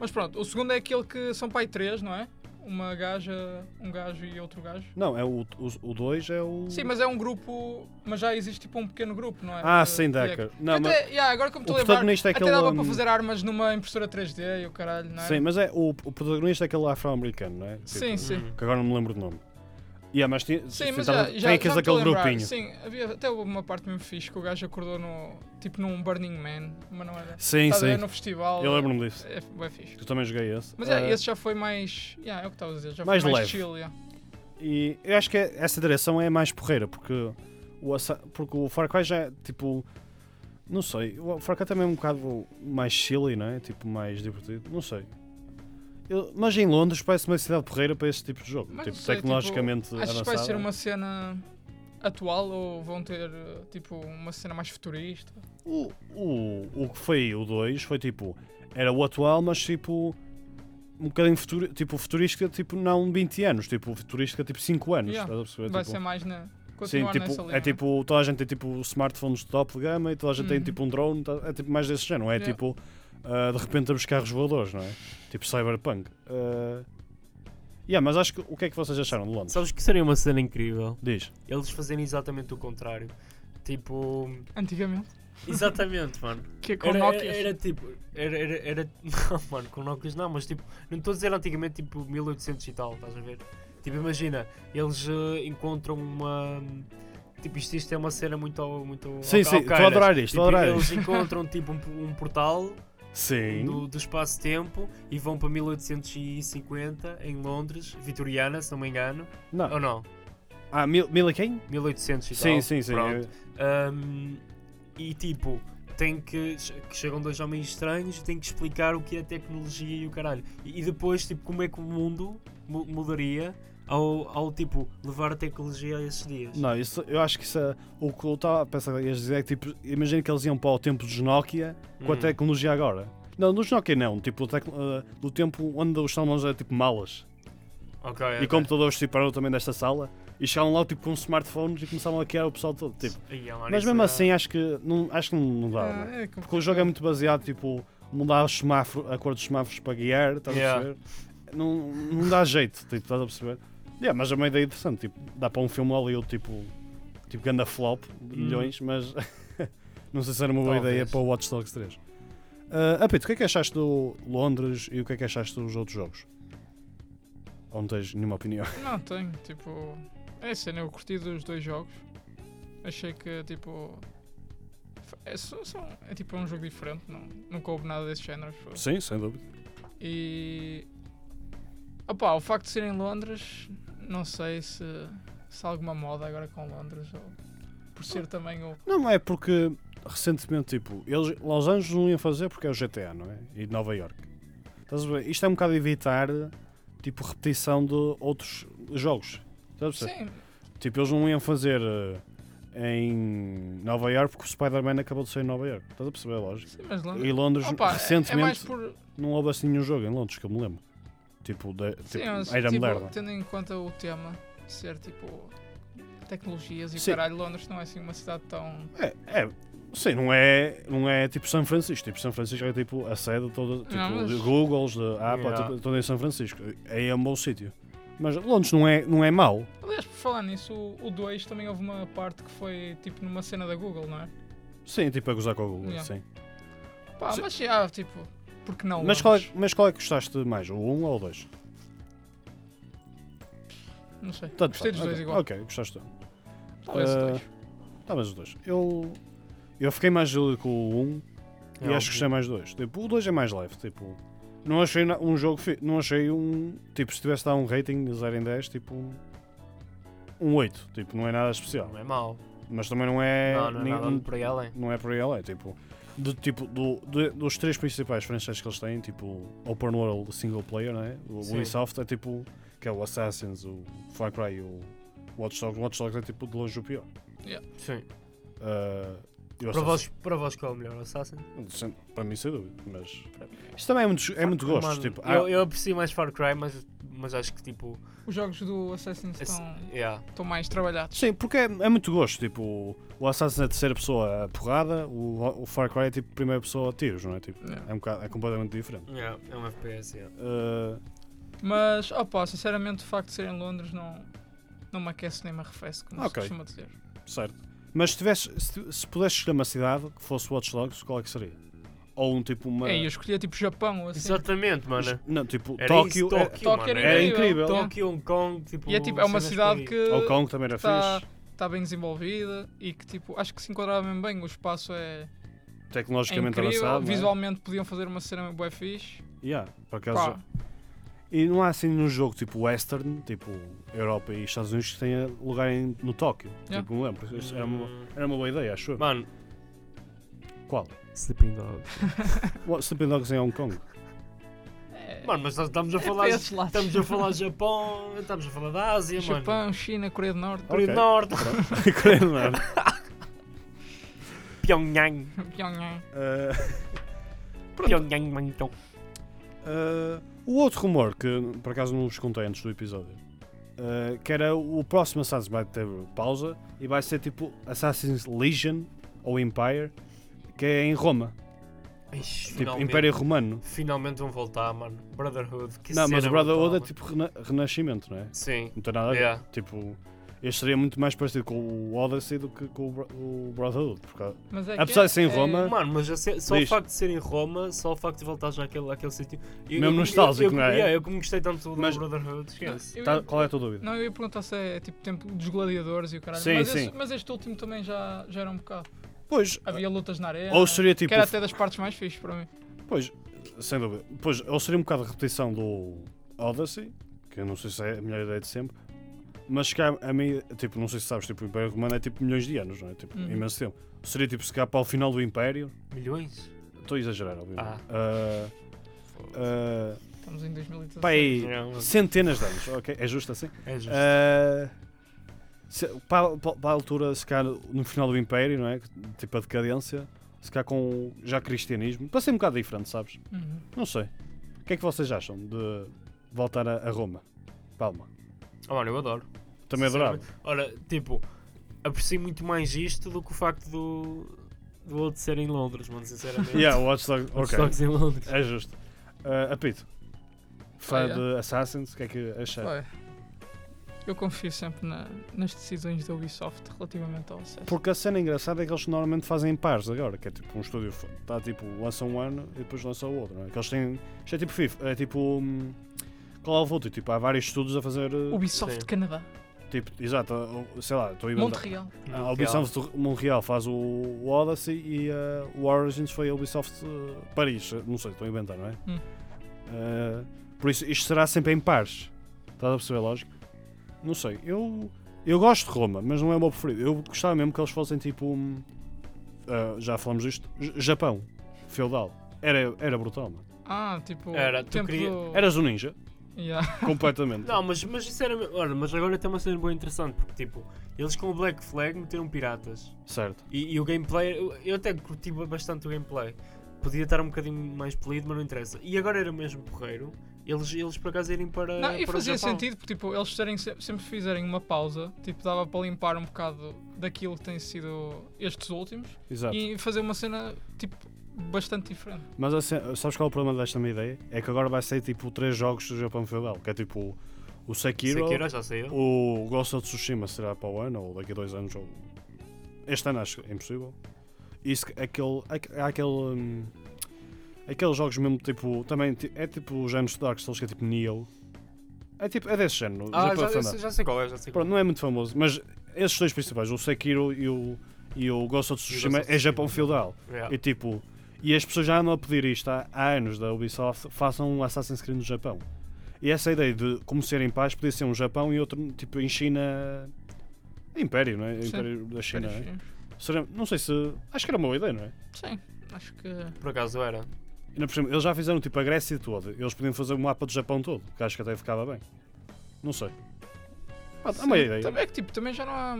C: Mas pronto, o segundo é aquele que são pai três, não é? Uma gaja, um gajo e outro gajo.
B: Não, é o 2 o, dois é o.
C: Sim, mas é um grupo. Mas já existe tipo um pequeno grupo, não é?
B: Ah,
C: De-
B: sim,
C: de
B: Decker.
C: hackers.
B: Não,
C: até,
B: mas,
C: yeah, agora como
B: o
C: estou a lembrar,
B: protagonista é
C: até
B: aquele,
C: dava
B: hum,
C: para fazer armas numa impressora 3D e o caralho, não é?
B: sim, mas é o, o protagonista é aquele afro-americano, não é?
C: sim. sim.
D: Hum.
B: Que agora não me lembro do nome. Yeah, mas tinha,
C: Sim, mas
B: tava-
C: já,
B: tem
C: já, já
B: aqueles
C: me
B: daquele
C: estou a lembrar.
B: grupinho.
C: Sim, havia até houve uma parte mesmo fixe que o gajo acordou no, tipo num Burning Man, mas não era.
B: Sim,
C: Estás a ver,
B: sim.
C: no festival.
B: Eu lembro-me disso.
C: É, bem fixe.
B: Eu também joguei esse.
C: Mas é,
B: Ah,
C: esse já foi mais. Yeah, é o que estava a dizer, já
B: mais
C: foi mais
B: leve.
C: chill. yeah.
B: E eu acho que essa direção é mais porreira, porque o, assa- porque o Far Cry já é tipo. Não sei, o Far Cry também é um bocado mais chilly, não é? Tipo, mais divertido, não sei. Eu- mas em Londres parece uma cidade porreira para esse tipo de jogo,
C: Mas
B: tipo,
C: não sei,
B: tecnologicamente
C: Achas que
B: avançada.
C: vai ser uma cena atual ou vão ter eh, tipo uma cena mais futurista?
B: o, o, o que foi o 2 foi tipo. Era o atual, mas tipo. Um bocadinho futuro, tipo, futurística, tipo, não 20 anos, tipo, futurística, tipo, 5 anos.
C: Yeah.
B: estás a perceber?
C: Vai
B: Tipo,
C: ser mais na.
B: Sim,
C: Continuar nessa
B: tipo,
C: linha.
B: é tipo, toda a gente tem tipo smartphones de top de gama e toda a gente tem
C: Uhum.
B: tipo um drone, tá- é tipo mais desse género, não é
C: Yeah.
B: tipo ah, de repente temos carros voadores, não é? Tipo cyberpunk. Ah, yeah, mas acho que o que é que vocês acharam de Londres?
D: Sabes que seria uma cena incrível?
B: Diz.
D: Eles fazerem exatamente o contrário. Tipo.
C: Antigamente.
D: Exatamente, mano.
C: Que é com
D: Era, era,
C: Nokia.
D: era tipo. Era, era, era- Não, mano, com Nokias não, mas tipo. Não estou a dizer antigamente, tipo 1800 e tal, estás a ver? Tipo, imagina, eles eh, encontram uma. Tipo, isto, isto é uma cena muito. ao- muito ao-
B: Sim,
D: ao
B: sim, estou a
D: Caras.
B: adorar isto, estou
D: Tipo,
B: a adorar isto.
D: eles encontram tipo um, um portal
B: Sim.
D: do, do espaço-tempo e vão para 1850 em Londres, vitoriana, se não me engano.
B: Não.
D: Ou não?
B: Ah, mil, mil e quem?
D: 1800 e
B: Sim,
D: tal.
B: sim, sim.
D: Pronto.
B: Eu-
D: Um, e tipo, tem que, che- que Chegam dois homens estranhos e têm que explicar o que é tecnologia e o caralho. E, e depois, tipo, como é que o mundo mu- mudaria ao, ao tipo levar a tecnologia a esses dias.
B: Não, isso, eu acho que isso, é- o que eu estava a pensar que ias dizer é que tipo, imagina que eles iam para o tempo dos Nokia com a
D: Hum.
B: tecnologia agora. Não, dos Nokia não, tipo, do, do tempo onde os telemóveis eram tipo malas.
D: Ok,
B: E computadores tipo, eram também desta sala e chegavam lá tipo, com smartphones e começavam a criar o pessoal todo. Tipo. Mas
D: é-
B: mesmo assim acho que não, acho que não dá,
C: Ah,
D: tipo,
B: não é?
C: é
B: Porque o jogo é muito baseado, tipo, mudar os semáforo, a cor dos semáforos para guiar, estás a
D: Yeah.
B: perceber? Não, não dá jeito, tipo, estás a perceber? Yeah, mas é uma ideia interessante, tipo, dá para um filme Hollywood tipo, tipo ganda flop de
D: Hum.
B: milhões, mas não sei se era uma boa
D: Talvez.
B: ideia para o Watch Dogs 3. Ah, Apito, o que é que achaste do Londres e o que é que achaste dos outros jogos? Ou não tens nenhuma opinião?
C: Não tenho, tipo. É a cena, eu curti dos dois jogos. Achei que, tipo. É, só- só- é tipo um jogo diferente, não, nunca houve nada desse género. acho eu.
B: Sim, sem dúvida.
C: E. Opá, o facto de ser em Londres, não sei se, se há alguma moda agora com Londres, ou por ser também o.
B: Não, é porque recentemente, tipo, eles, Los Angeles não iam fazer porque é o GTA, não é? E Nova York. Estás a ver? Isto é um bocado evitar, tipo, repetição de outros jogos. Estás a perceber?
C: Sim,
B: Tipo, eles não iam fazer eh, em Nova York porque o Spider-Man acabou de sair em Nova York. Estás a perceber a lógica?
C: sim, mas
B: E
C: Londres.
B: Londres,
C: Opa, é mais
B: recentemente,
C: por.
B: não houve assim nenhum jogo em Londres, que eu me lembro. Tipo, de, tipo
C: Sim, mas,
B: era
C: tipo,
B: merda.
C: tendo em conta o tema de ser tipo tecnologias e o
B: Sim.
C: caralho, Londres não é assim uma cidade tão.
B: É, é, sim, não é, não é tipo São Francisco. Tipo, São Francisco é tipo a sede toda, tipo,
C: Não, mas-
B: de Googles, da Apple,
D: Yeah.
B: tipo, toda em São Francisco. É um bom sítio. Mas Londres não é, não é mau.
C: Aliás, por falar nisso, o 2 também houve uma parte que foi tipo numa cena da Google, não é?
B: Sim, tipo a gozar com o Google,
C: Yeah.
B: sim.
C: Pá,
B: Sim.
C: mas já, tipo, porque não?
B: Mas qual, é,
C: Londres?
B: mas qual é que gostaste mais, o 1 ou o 2?
C: Não sei.
B: Tanto
C: Gostei
B: faz.
C: dos dois
B: Ok,
C: igual.
B: Ok, gostaste.
C: Talvez o
B: Eh,
C: 2.
B: Talvez os dois. Eu, eu fiquei mais desiludido com o 1
D: é
B: e acho que gostei mais do 2. Tipo, o 2 é mais leve. Tipo, não achei na- um jogo. Fi, não achei um. Tipo, se tivesse dado um rating de 0 em 10, tipo. Um, um 8. Tipo, não é nada especial.
D: Não é mau.
B: Mas também não é.
D: não, não é
B: nem-
D: nada por aí além.
B: não é por aí além. Tipo, do, tipo do, de- dos três principais franchises que eles têm, tipo, Open World Single Player, não é? O
D: Sim.
B: Ubisoft é tipo. Que é o Assassins, o Far Cry, o Watch Dogs. O Watch Dogs é tipo de longe o pior.
D: Sim.
B: Ah, e o
D: Para
B: Assassin's
D: vós, para vós qual é o melhor Assassin?
B: Sem- Para mim, sem dúvida, mas. Isto também é muito, é muito gosto.
D: Mano,
B: tipo, há-
D: eu, eu aprecio mais Far Cry, mas, mas acho que tipo.
C: Os jogos do Assassin's
D: Esse,
C: estão
D: yeah.
C: estão mais trabalhados.
B: Sim, porque é, é muito gosto. Tipo, o Assassin's é terceira pessoa a porrada, o, o Far Cry é tipo primeira pessoa a tiros, não é? Tipo,
C: Yeah.
B: é, um bocado- é completamente diferente.
D: Yeah, é um FPS, yeah.
B: Uh,
C: Mas, opá, sinceramente, o facto de ser em Londres não, não me aquece nem me arrefece, como
B: Ok.
C: se costuma dizer.
B: certo. Mas se, tivesse, se, tu- se pudesse escolher uma cidade que fosse Watch Dogs, qual é que seria? Ou um tipo uma.
C: É, eu escolhia tipo Japão ou assim.
D: Exatamente, mano.
B: Não, tipo,
D: Era
B: Tóquio.
D: isso,
B: é-
D: Tóquio,
C: Tóquio
D: mano.
C: era
B: era incrível.
C: incrível. Yeah.
D: Tóquio, Então, Hong Kong, tipo.
C: E é tipo, é uma
D: cenas
C: cidade
D: por
C: que
D: aí.
B: Hong Kong também era
C: está
B: fixe.
C: tá bem desenvolvida e que tipo, acho que se enquadrava mesmo bem, o espaço é, é
B: Tecnologicamente
C: incrível,
B: avançado. não é?
C: visualmente podiam fazer uma cena bué fixe.
B: Yeah, por acaso
C: Pá,
B: E não há assim num jogo tipo western, tipo Europa e Estados Unidos, que tenha lugar em- no Tóquio.
C: Yeah.
B: Tipo, me lembro. Isso era, uma,
D: Hum,
B: era uma boa ideia, acho eu.
D: Mano,
B: Qual?
D: Sleeping Dog.
B: What, Sleeping Dogs em Hong Kong.
C: é,
D: Mano, mas nós estamos a
C: é
D: falar.
C: para esses lados.
D: Estamos a falar de Japão, estamos a falar da Ásia, mano.
C: Japão, China, Coreia do Norte,
D: Coreia
B: Ok.
D: do Norte,
B: Creio, não era.
D: Pyongyang,
C: Pyongyang.
B: Ah,
D: Pyongyang, então. Mantong.
B: ah, o outro rumor, que por acaso não vos contei antes do episódio, ah, que era o próximo Assassin's vai ter pausa e vai ser tipo Assassin's Legion ou Empire, que é em Roma.
D: Ixi,
B: Tipo,
D: finalmente.
B: Império Romano.
D: Finalmente vão voltar, mano. Brotherhood. Que
B: não, mas
D: cena
B: o Brotherhood é
D: brutal,
B: tipo rena- renascimento, não é?
D: mano. Sim.
B: Não tem nada a ver.
D: Yeah.
B: Tipo, este seria muito mais parecido com o Odyssey do que com o Bro- o Brotherhood. Porque
C: Mas é
B: Apesar
C: que
B: de ser em Roma-
D: Mano, mas já se- só
B: Diz.
D: o facto de ser em Roma, só o facto de voltar já àquele, àquele sítio. Eu-
B: Mesmo
D: eu-
B: nostálgico,
D: eu- eu-
B: não é?
D: yeah, eu como gostei tanto do
B: Mas-
D: Brotherhood, esquece.
C: Eu ia-
B: tá- qual é a tua dúvida?
C: Não, eu ia perguntar se é tipo tempo dos gladiadores e o caralho.
B: Sim,
C: mas,
B: sim.
C: Este, mas este último também já, já era um bocado.
B: Pois,
C: Havia lutas na arena.
B: ou seria tipo.
C: Que era até das partes mais fixes para mim.
B: Pois, sem dúvida. Pois, ou seria um bocado a repetição do Odyssey, que eu não sei se é a melhor ideia de sempre. Mas se calhar, a mim, tipo, não sei se sabes, tipo, o Império Romano é tipo milhões de anos, não é? Tipo,
C: Uhum.
B: imenso tempo. Seria tipo, se calhar para o final do Império.
D: Milhões?
B: Estou a exagerar, obviamente.
D: Ah.
B: Ah, ah,
C: Estamos em 2016.
B: pá, é aí,
D: Não.
B: centenas de anos, ok? É justo assim?
D: É justo.
B: Ah, se- para, para- para a altura, se calhar no final do Império, não é? Tipo a decadência, se calhar com já cristianismo, para ser um bocado diferente, sabes?
C: Uhum.
B: Não sei. O que é que vocês acham de voltar a, a Roma? Palma.
D: Ah, mano, eu adoro.
B: Também é adorava.
D: Sinceramente. Ora, tipo, aprecio muito mais isto do que o facto do, do outro ser em Londres, mano, sinceramente.
B: Yeah, Watch Dogs.
D: Os
B: Ok.
D: toques em Londres.
B: É justo. Ah, apito. Fã
C: Ah, yeah.
B: de Assassins, o que é que achaste?
C: Olha, Eu confio sempre na- nas decisões da Ubisoft relativamente ao acesso.
B: Porque a cena engraçada é que eles normalmente fazem em pares agora, que é tipo um estúdio, f- tá, tipo, lança um ano e depois lança o outro, não é? Que eles têm. Isto é tipo FIFA, é tipo. hum, Call of Duty, tipo, há vários estudos a fazer. eh,
C: Ubisoft
D: Sim.
C: Canadá.
B: Tipo, exato, ou- sei lá, estou a inventar.
C: Montreal.
B: Ah, A Ubisoft Montreal faz o, o Odyssey e eh, o Origins foi a Ubisoft eh, Paris. Não sei, estou a inventar, não é?
C: Hum.
B: Eh, por isso, isto será sempre em pares. Estás a perceber a lógica? Não sei, eu, eu gosto de Roma, mas não é o meu preferido. Eu gostava mesmo que eles fossem tipo. um, eh, já falamos disto, J- Japão, feudal. Era, era brutal, mano.
C: Ah, tipo.
D: Era, tu
C: tempo
D: queria-
C: do-
B: Eras um ninja,
C: Yeah.
B: completamente.
D: Não, mas, mas isso era. Olha, mas agora tem uma cena bem interessante, porque tipo, eles com o Black Flag meteram piratas.
B: Certo.
D: E, e o gameplay, eu- eu até curti bastante o gameplay. Podia estar um bocadinho mais polido, mas não interessa. E agora era mesmo porreiro. Eles, eles por acaso irem para.
B: eh,
C: Não, e
D: para o
C: fazia
D: Japão.
C: sentido, porque tipo, eles terem se- sempre fizerem uma pausa, tipo, dava para limpar um bocado daquilo que tem sido estes últimos
B: Exato.
C: e fazer uma cena, tipo, bastante diferente.
B: Mas assim, sabes qual é o problema desta minha ideia? É que agora vai ser tipo três jogos do Japão Feudal, que é tipo o Sekiro,
D: Sekiro já saiu.
B: o Ghost of Tsushima será para o ano, ou daqui a dois anos, ou. Este ano acho que é impossível. Isso, aquele. aque- Há aquele. hum, aqueles jogos mesmo tipo. Também ti- é tipo o género de Dark Souls, que é tipo Neo. É tipo. É desse género.
D: Ah,
B: Japão
D: já,
B: Feudal.
D: já, já sei qual é, já sei qual
B: Pronto, não é muito famoso, mas esses dois principais, o Sekiro e o, e o Ghost of
D: E o Ghost
B: Tsushima,
D: of
B: é Japão
D: Tsushima.
B: Feudal.
D: é.
C: Ah.
D: Yeah.
B: E tipo, e as pessoas já andam a pedir isto há, há anos da Ubisoft, façam um Assassin's Creed no Japão. E essa ideia de como ser em paz podia ser um Japão e outro tipo em China. Império, não é?
C: Sim.
B: Império da China. não é?
C: Sim.
B: Seria- não sei se. Acho que era uma boa ideia, não é?
C: Sim, acho que.
D: Por acaso era.
B: Ainda por cima, eles já fizeram tipo a Grécia toda. Eles podiam fazer um mapa do Japão todo, que acho que até ficava bem. Não sei. Pá, é uma
C: Sim,
B: ideia.
C: Também é que tipo, também já não há.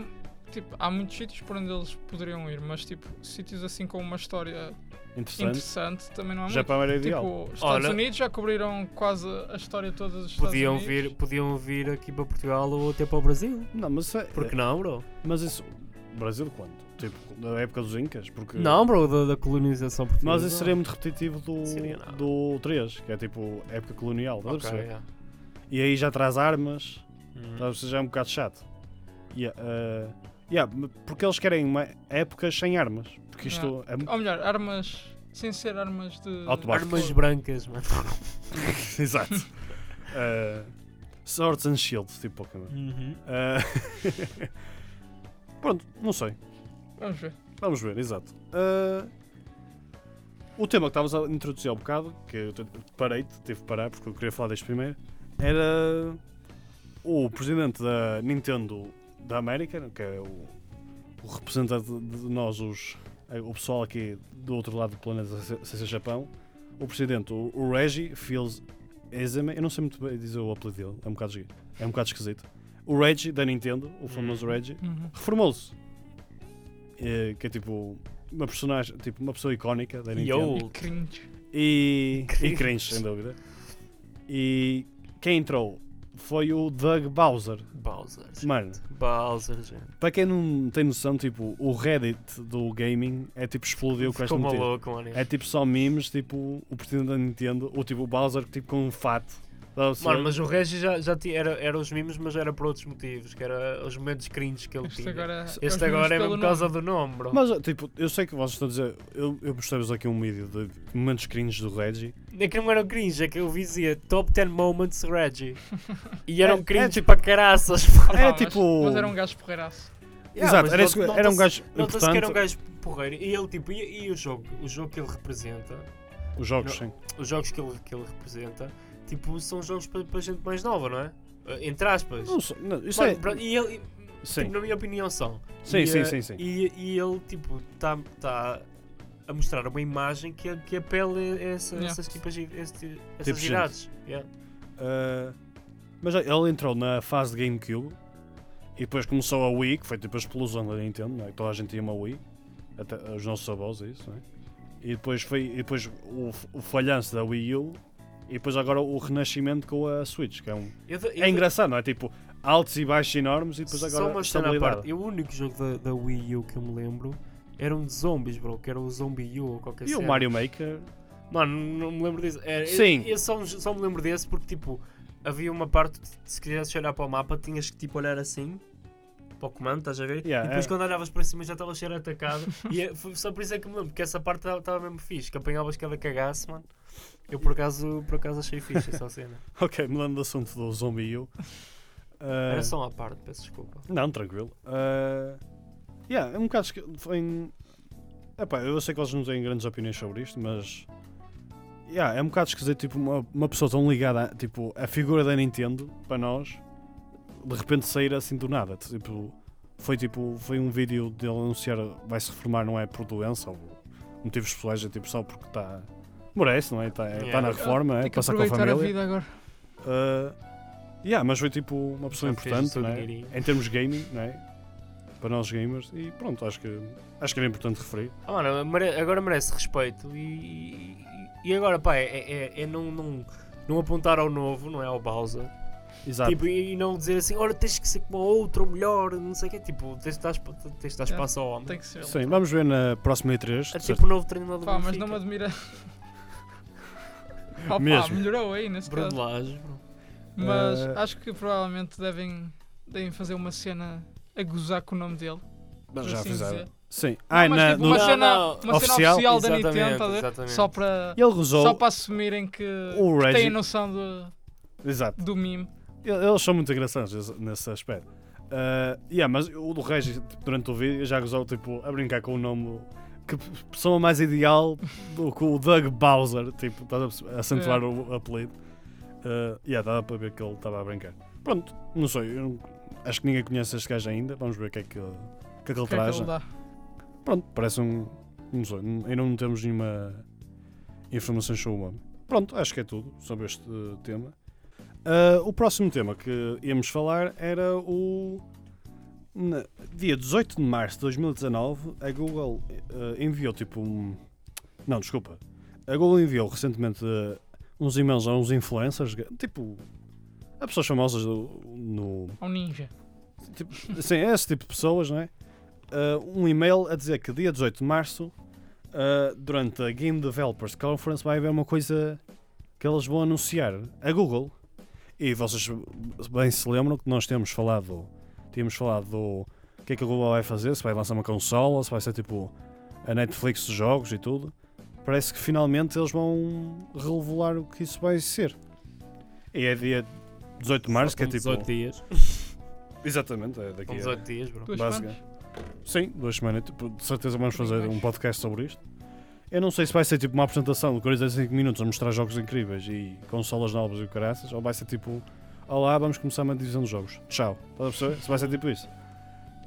C: Tipo, há muitos sítios por onde eles poderiam ir, mas tipo, sítios assim com uma história
B: Interessante.
C: interessante também não há muito.
B: Japão era ideal.
C: Tipo, Estados
D: Olha-
C: Unidos já cobriram quase a história toda dos Estados
D: Podiam
C: Unidos.
D: vir, podiam vir aqui para Portugal ou até para o Brasil.
B: Não, mas, isso é-
D: Por que não, bro?
B: mas isso. Brasil quando? Tipo, da época dos Incas? Porque...
D: Não, bro, da, da colonização portuguesa.
B: Mas isso seria muito repetitivo do,
D: Seria não.
B: do 3, que é tipo época colonial, estás a
D: Ok,
B: perceber?
D: yeah.
B: E aí já traz armas,
D: Hum.
B: estás a perceber? já é um bocado chato. Yeah, eh, yeah, m- porque eles querem uma época sem armas. Porque isto
D: Ah.
B: é muito.
C: Ou melhor, armas. Sem ser armas de.
B: Automáticas.
D: Armas brancas, mano.
B: Exato. Eh, swords and Shields, tipo Pokémon. Eh, Pronto, não sei.
C: Vamos ver.
B: Vamos ver, exato. Eh, o tema que estavas a introduzir há um bocado, que eu te- parei-te, tive de parar porque eu queria falar deste primeiro, era o presidente da Nintendo da América, que é o, o representante de nós, os, eh, o pessoal aqui do outro lado do planeta, sem sem ser Japão, o presidente, o, o Reggie Fils Ezeme, eu não sei muito bem dizer o apelido dele, é um bocado, esqui- é um bocado esquisito. O Reggie da Nintendo, o famoso
D: Uhum.
B: Reggie, reformou-se. Eh, que é tipo uma personagem, tipo uma pessoa icónica da Nintendo.
D: Yo.
C: E cringe.
B: E, e
D: Cringe.
B: cringe, sem dúvida. E quem entrou foi o Doug Bowser.
D: Bowser. gente.
B: Mano,
D: Bowser, gente.
B: para quem não tem noção, tipo, o Reddit do gaming é tipo explodiu com esta
D: Ficou
B: notícia.
D: maluco, mano.
B: É tipo só memes, tipo o presidente da Nintendo, ou tipo o Bowser tipo, com um fato. Tá a perceber?
D: Mano, mas o Reggie já, já tinha, era, era os mimos, mas era por outros motivos, que era os momentos cringe que ele
C: Este
D: tinha.
C: agora.
D: este
C: é os
D: agora é
C: pelo
D: mesmo por causa do nome, bro.
B: Mas, tipo, eu sei que vocês estão a dizer. Eu, eu mostrei-vos aqui um vídeo de momentos cringes do Reggie.
D: É que não era um cringe, é que eu dizia Top 10 Moments Reggie. E era
B: É-
D: um
B: é
D: cringe
B: tipo-
D: para caraças.
C: nome.
B: É,
C: Ah, mas-
B: tipo-
C: Mas era um gajo porreiraço.
D: Yeah,
B: Exato,
D: mas
B: era, esse-
D: nota-
B: era um
D: nota-se-
B: gajo
D: Nota-se que era um
B: importante.
D: gajo porreiro. E ele, tipo, e, e o jogo? O jogo que ele representa,
B: Os jogos,
D: Não.
B: sim.
D: os jogos que ele, que ele representa, tipo, são jogos para, para gente mais nova, não é? Eh, Entre aspas.
B: Não sei, não, isso
D: Mano,
B: é.
D: bro, e ele,
B: Sim,
D: tipo, na minha opinião, são.
B: sim,
D: e,
B: sim,
D: eh,
B: sim, sim.
D: E, e ele, tipo, está tá a mostrar uma imagem que, a- que apela a essa,
C: Yeah.
D: essas, tipas, esse, essas
B: Tipo de gente.
D: idades. Yeah.
B: Ah, mas ele entrou na fase de GameCube e depois começou a Wii, que foi tipo a explosão da Nintendo, não é? toda a gente tinha uma Wii, até os nossos avós, é isso, não é? E depois, foi, e depois o, o falhanço da Wii U e depois agora o renascimento com a Switch, que é um.
D: Eu dou- eu
B: É
D: dou-
B: engraçado, não é? Tipo, altos e baixos enormes e depois
D: Só
B: agora
D: uma cena à parte.
B: estabilidade.
D: Eu, o único jogo da, da Wii U que eu me lembro era um de zombies, bro, que era o Zombie U ou qualquer
B: E o
D: cena.
B: Mario Maker,
D: Mano, não me lembro disso. Era- eu-
B: Sim.
D: Eu, só, me- só me lembro desse porque, tipo, havia uma parte, de- se quisesses olhar para o mapa, tinhas que, tipo, olhar assim para o comando, estás a ver?
B: Yeah,
D: e depois
B: é.
D: quando olhavas para cima já estava a ser atacado. e é- foi só por isso é que me lembro, porque essa parte estava mesmo fixe, que apanhavas cada cagaço, mano. Eu, por acaso, por acaso achei fixe essa cena.
B: Ok, mudando de assunto do Zombie U. Ah,
D: Era só uma parte, peço desculpa.
B: Não, tranquilo. Ah, yeah, é um bocado. esque- Foi em... Epá, eu sei que eles não têm grandes opiniões sobre isto, mas. Yeah, é um bocado esquisito, tipo, uma, uma pessoa tão ligada a, tipo, à figura da Nintendo, para nós, de repente sair assim do nada. Tipo, foi tipo, foi um vídeo dele anunciar vai se reformar, não é por doença ou motivos pessoais, é tipo só porque está. Merece, não é? Está
D: Yeah.
B: na reforma, é?
C: Tem que
B: Passa com a
C: aproveitar a,
B: família.
C: vida agora.
B: Uh, yeah, mas foi tipo uma pessoa
D: Já fez o
B: importante
D: seu
B: né?
D: dinheirinho.
B: em termos de gaming, né? para nós gamers, e pronto, acho que, acho que era importante referir.
D: Ah, mano, mere- agora merece respeito e, e- e agora, pá, é, é- é não, não, não apontar ao novo, não é? Ao Bowser.
B: Exato.
D: Tipo, e e não dizer assim, olha, tens que ser como outro, ou melhor, não sei o quê. Tipo, tens de dar, espa- tens de dar
C: É,
D: espaço ao homem.
C: Tem que ser. ele.
B: Sim, vamos ver na próxima E3.
D: É
B: de
D: tipo o novo treinador do
C: Pá, mas não me
D: Benfica.
C: admira. Opa,
B: Mesmo.
C: melhorou aí nesse caso.
D: Bruno Lage, bro.
C: Mas
B: Eh,
C: acho que provavelmente devem, devem fazer uma cena a gozar com o nome dele.
B: certeza.
C: por
B: já
C: assim
B: fizeram.
C: dizer.
B: Sim. Ai,
C: mas
B: na-
C: tipo,
B: no-
C: uma
D: Não,
C: cena,
D: não.
C: uma cena
B: Oficial?
C: oficial, da
D: Exatamente,
C: Nintendo, estás a ver?
D: exatamente.
C: Só para.
B: Ele gozou.
C: Só para assumirem que,
B: O
C: que
B: Reggie-
C: têm noção do,
B: Exato.
C: do meme. é
B: Ele- Eles são muito engraçados nesse- nesse aspecto. Uh, yeah, mas o do Regis, tipo, durante o vídeo, já gozou tipo, a brincar com o nome. Que p- pessoa mais ideal do que o Doug Bowser, tipo, estás a perce- a acentuar
C: É.
B: o apelido. Uh, yeah, dava para ver que ele estava a brincar. Pronto, não sei, eu não- acho que ninguém conhece este gajo ainda. Vamos ver o que é que, ele- o que, é que ele
C: O que é que
B: traz.
C: ele
B: né?
C: dá?
B: Pronto, parece um. Não sei, n- ainda não temos nenhuma informação sobre o homem. Pronto, acho que é tudo sobre este eh, tema. Ah, o próximo tema que íamos falar era o. na- dia 18 de março de 2019, a Google eh, enviou tipo um. Não, desculpa. A Google enviou recentemente eh, uns e-mails a uns influencers, tipo. a pessoas famosas do- no,
C: É um ninja.
B: Sim, é esse tipo de pessoas, não é? Ah, um e-mail a dizer que dia 18 de março, ah, durante a Game Developers Conference, vai haver uma coisa que eles vão anunciar a Google. E vocês bem se lembram que nós temos falado, tínhamos falado do que é que a Google vai fazer, se vai lançar uma consola, se vai ser tipo a Netflix de jogos e tudo. Parece que finalmente eles vão revelar o que isso vai ser. E é dia 18 de março, que é
D: Faltam
B: tipo.
D: 18 dias.
B: Exatamente, é daqui
D: Com
B: a-
D: 18 dias, bro.
C: Duas
B: Básica.
C: semanas?
B: Sim, duas semanas. Tipo, de certeza vamos fazer
C: Mais.
B: um podcast sobre isto. Eu não sei se vai ser tipo uma apresentação de 45 minutos a mostrar jogos incríveis e consolas novas e o caraças, ou vai ser tipo, olá, vamos começar uma divisão de jogos. Tchau. Estás a perceber? Se vai ser tipo isso.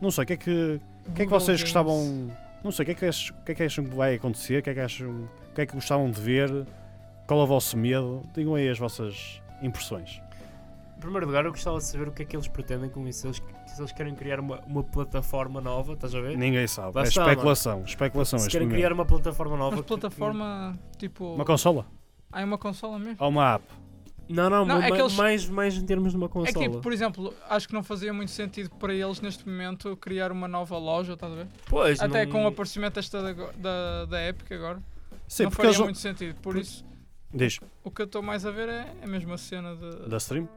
B: Não sei, o que é que, o que, é que
C: Google
B: vocês
C: Games.
B: gostavam. Não sei, o que é que, ach- o que é que acham que vai acontecer? O que é que acham. O que é que gostavam de ver? Qual é o vosso medo? Digam aí as vossas impressões.
D: Em primeiro lugar, eu gostava de saber o que é que eles pretendem com isso. Eles, se eles querem criar uma, uma plataforma nova, estás a ver?
B: Ninguém sabe.
D: Lá
B: é
D: está,
B: especulação. Especulação.
D: se
B: este
D: querem
B: momento.
D: criar uma plataforma nova.
C: Mas
D: que-
C: plataforma, tipo.
B: Uma consola?
C: Há Ah, é uma consola mesmo?
B: Ou uma app?
D: Não, não,
C: Não, é
D: ma-
C: que eles-
D: mais, mais em termos de uma
C: É que,
D: consola.
C: tipo, por exemplo, acho que não fazia muito sentido para eles neste momento criar uma nova loja, estás a ver?
D: Pois,
C: Até
D: não-
C: com o aparecimento desta da, go- da, da Epic agora.
B: Sim,
C: não
B: porque
C: faria
B: eles. não-
C: muito sentido. Por isso,
B: Diz,
C: o que eu estou mais a ver é, é mesmo a cena de.
B: da stream?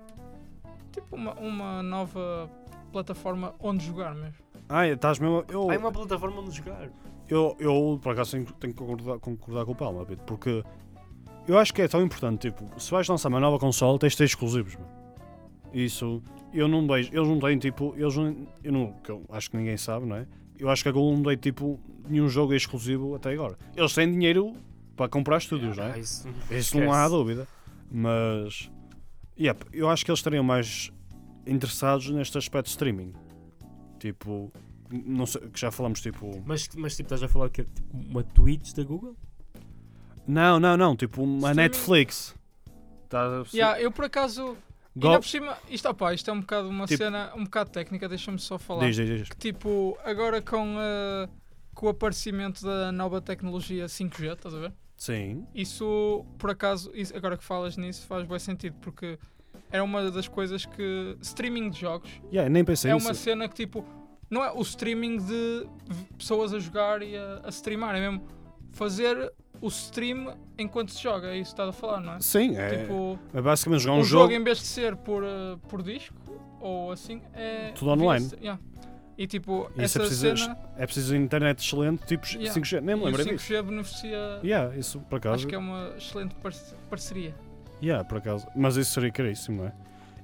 C: Tipo, uma, uma nova plataforma onde jogar mesmo.
B: Ah, estás mesmo. Eu,
D: Há uma plataforma onde jogar.
B: eu, eu, por acaso, tenho, tenho que concordar, concordar com o Palma, Pedro, porque eu acho que é tão importante. Tipo, se vais lançar uma nova console, tens de ter exclusivos, meu. Isso, eu não vejo. Eles não têm, tipo. Eles não, eu não. Que eu acho que ninguém sabe, não é? Eu acho que a Google não tem, tipo, nenhum jogo exclusivo até agora. Eles têm dinheiro para comprar estúdios, não é?
D: Ah, isso...
B: Isso não há
D: Esquece.
B: dúvida. Mas. Yep, eu acho que eles estariam mais interessados neste aspecto de streaming. Tipo. Não sei, que já falamos tipo.
D: Mas, mas tipo, estás a falar que é tipo, uma Twitch da Google?
B: Não, não, não. Tipo uma
C: Streaming?
B: Netflix. Tá,
C: Yeah, eu, por acaso.
B: Go-
C: Ainda por cima, isto, opá, isto é um bocado uma
B: Tipo-
C: cena um bocado técnica, deixa-me só falar.
B: Diz, diz, diz.
C: que tipo, agora com, a- com o aparecimento da nova tecnologia 5G, estás a ver?
B: Sim.
C: Isso, por acaso, isso- agora que falas nisso, faz bom sentido, porque era uma das coisas que. Streaming de jogos
B: Yeah, nem pensei
C: é
B: nisso.
C: uma cena que tipo. Não é o streaming de v- pessoas a jogar e a, a streamar, é mesmo fazer o stream enquanto se joga, é isso que estás a falar, não é?
B: Sim, é.
C: Tipo,
B: é basicamente jogar um
C: o jogo,
B: jogo.
C: em vez de ser por, eh, por disco ou assim, é.
B: Tudo
C: via
B: online.
C: se- yeah. E tipo,
B: E isso é
C: essa
B: preciso-
C: cena.
B: É preciso internet excelente, tipo
C: Yeah.
B: 5G. Nem me
C: E o
B: lembro
C: 5G
B: disso.
C: beneficia.
B: Yeah, isso por acaso.
C: Acho que é uma excelente parce- parceria.
B: Yeah, por acaso. Mas isso seria caríssimo, não é?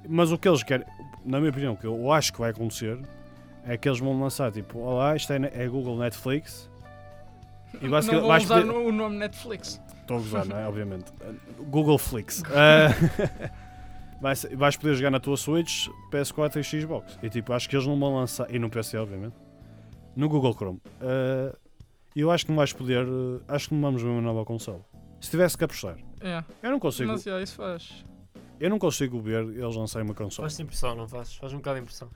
B: Mas o que eles querem, na minha opinião, o que eu acho que vai acontecer é que eles vão lançar tipo: Olá, isto é, ne- é Google Netflix. E
C: não vou
B: vais
C: usar
B: poder-
C: no- o nome Netflix.
B: Estou a gozar, não é? Obviamente. Google Flix. Ah, vais, vais poder jogar na tua Switch, PS4 e Xbox. E tipo, acho que eles não vão lançar. E no PC, obviamente. No Google Chrome. Ah, E eu acho que não vais poder. ah, Acho que não vamos ver uma nova console. Se tivesse que apostar.
C: É,
B: Eu não consigo.
C: mas yeah, isso faz.
B: Eu não consigo ver eles lançarem uma console.
D: Faz-te impressão, não faz? Faz um bocado de impressão.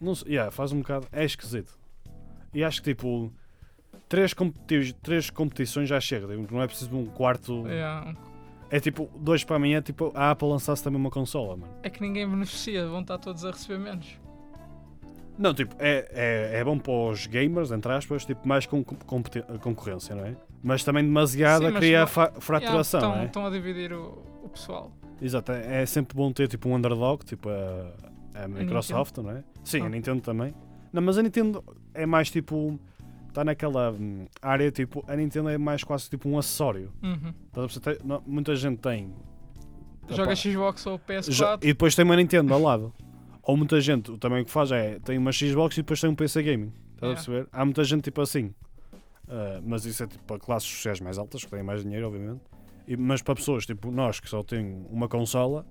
B: Não sei, yeah, faz um bocado. É esquisito. E acho que tipo. Três, competi três competições já chega. tipo, Não é preciso de um quarto.
C: Yeah.
B: É tipo, dois para amanhã, tipo, a Apple lançasse também uma consola, mano.
C: É que ninguém beneficia, vão estar todos a receber menos.
B: Não, tipo, é, é, é bom para os gamers, entre aspas, tipo, mais com, com- competi- concorrência, não é? Mas também demasiada
C: Sim, mas então,
B: cria
C: não-
B: fa- fraturação,
C: estão,
B: não é?
C: a dividir o, o pessoal.
B: Exato, é é sempre bom ter tipo um underdog, tipo a, a Microsoft, não é? Sim, a
C: Ah.
B: Nintendo também. Não, mas a Nintendo é mais tipo. Está naquela hum, área, tipo, a Nintendo é mais quase tipo um acessório.
C: Uhum.
B: Estás a perceber? Tem- não, muita gente tem.
C: Joga
B: Opa,
C: Xbox ou PS4.
B: jo- e depois tem uma Nintendo ao lado. Ou muita gente também o que faz é tem uma Xbox e depois tem um PC Gaming. Estás a
C: Yeah.
B: perceber? Há muita gente tipo assim. Ah, mas isso é tipo para classes sociais mais altas, que têm mais dinheiro, obviamente. E- mas para pessoas tipo nós que só têm uma consola,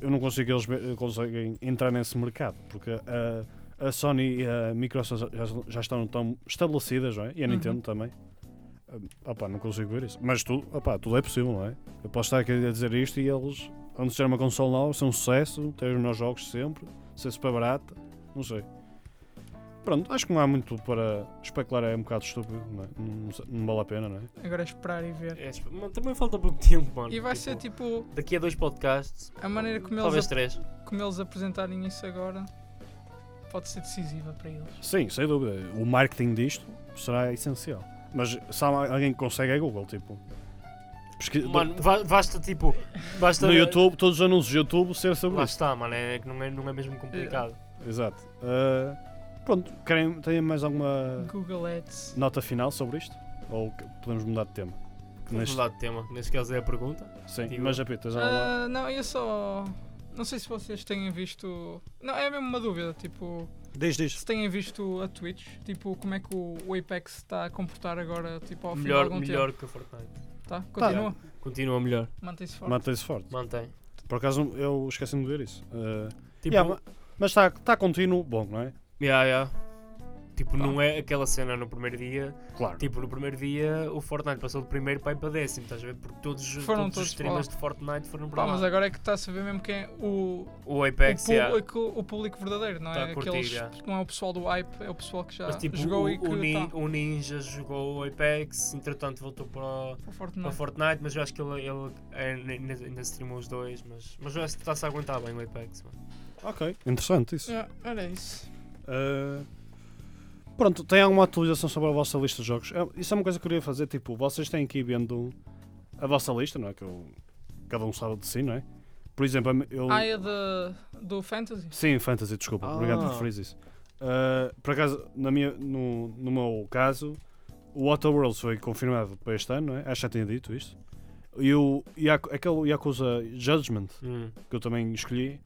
B: eu não consigo que eles ve- conseguem entrar nesse mercado. Porque ah, a Sony e a Microsoft já, já estão tão estabelecidas, não é? E a
C: Uhum.
B: Nintendo também. Ah, opá, não consigo ver isso. Mas tudo, opá, tudo é possível, não é? Eu posso estar aqui a dizer isto e eles vão ser uma console nova, ser um sucesso, ter os melhores jogos sempre, ser super barata, não sei. Pronto, acho que não há muito para especular, é um bocado estúpido, não, é? não, sei- não vale a pena, não é?
C: Agora é esperar e ver.
D: É, esp- mano, também falta pouco tempo, mano.
C: E vai ser tipo
D: Daqui a dois podcasts.
C: a maneira como
D: Talvez
C: eles,
D: três.
C: como eles apresentarem isso agora pode ser decisiva para eles.
B: Sim, sem dúvida. O marketing disto será essencial. Mas se há alguém que consegue é Google, tipo. Pesqui-
D: Mano, va- basta tipo. Basta.
B: no YouTube, todos os anúncios do YouTube ser sobre
D: Lá
B: isso.
D: está, mano. É que não é, não é mesmo complicado.
B: Exato. Ah, pronto, querem, têm mais alguma
C: Google Ads.
B: nota final sobre isto? Ou que- podemos mudar de tema?
D: Vamos
B: Neste-
D: mudar de tema. Neste caso é a pergunta.
B: Sim,
D: Digo.
B: mas apito, tens alguma-
C: Ah, não, eu só. Não sei se vocês têm visto. Não, é mesmo uma dúvida. Tipo,
B: Ah, Diz, diz.
C: se têm visto a Twitch, tipo, como é que o, o Apex está a comportar agora, tipo, ao fim de
D: Melhor,
C: algum
D: melhor que a Fortnite.
C: tempo? Tá? Continua,
D: Continua melhor.
C: mantém-se forte.
B: Mantém-se forte.
D: Mantém.
B: Por acaso eu esqueci-me de ver isso. Ah,
D: Tipo,
B: yeah, ma- mas está tá contínuo, bom, não é?
D: yeah, yeah. Tipo,
C: Pá.
D: não é aquela cena no primeiro dia.
B: Claro.
D: Tipo, no primeiro dia o Fortnite passou do primeiro para ir para décimo, estás a ver? Porque todos,
C: Foram
D: todos os
C: todos
D: streamers de Fortnite foram para
C: Pá,
D: lá.
C: mas agora é que está-se a ver mesmo quem é o,
D: O
C: o,
D: Apex, yeah.
C: público, o público verdadeiro, não
D: Tá
C: é?
D: a curtir,
C: Aqueles,
D: já.
C: Não é o pessoal do hype, é o pessoal que já
D: Mas tipo,
C: jogou
D: o,
C: e que
D: o Nin-
C: tá,
D: o Ninja jogou o Apex, entretanto voltou para,
C: o
D: o-
B: é?
D: para o
C: Fortnite.
D: Fortnite, mas eu acho que ele, ele ainda, ainda- ainda streamou os dois, mas, mas eu acho que está-se a aguentar bem o Apex, mano.
B: Ok, interessante isso.
C: É, era isso.
B: Uh, pronto, tem alguma atualização sobre a vossa lista de jogos? É- Isso é uma coisa que eu queria fazer, tipo, vocês têm que ir vendo a vossa lista, não é? Que eu- cada um sabe de si, não é? Por exemplo, a mi- eu...
C: Ah, é de, do Fantasy?
B: Sim, Fantasy, desculpa,
D: Ah.
B: obrigado por referir isso. Uh, por acaso, na minha, no, no meu caso, o Outer Worlds foi confirmado para este ano, não é? Acho que já tinha dito isto. E o Yaku- aquele Yakuza Judgment,
D: Hum.
B: que eu também escolhi,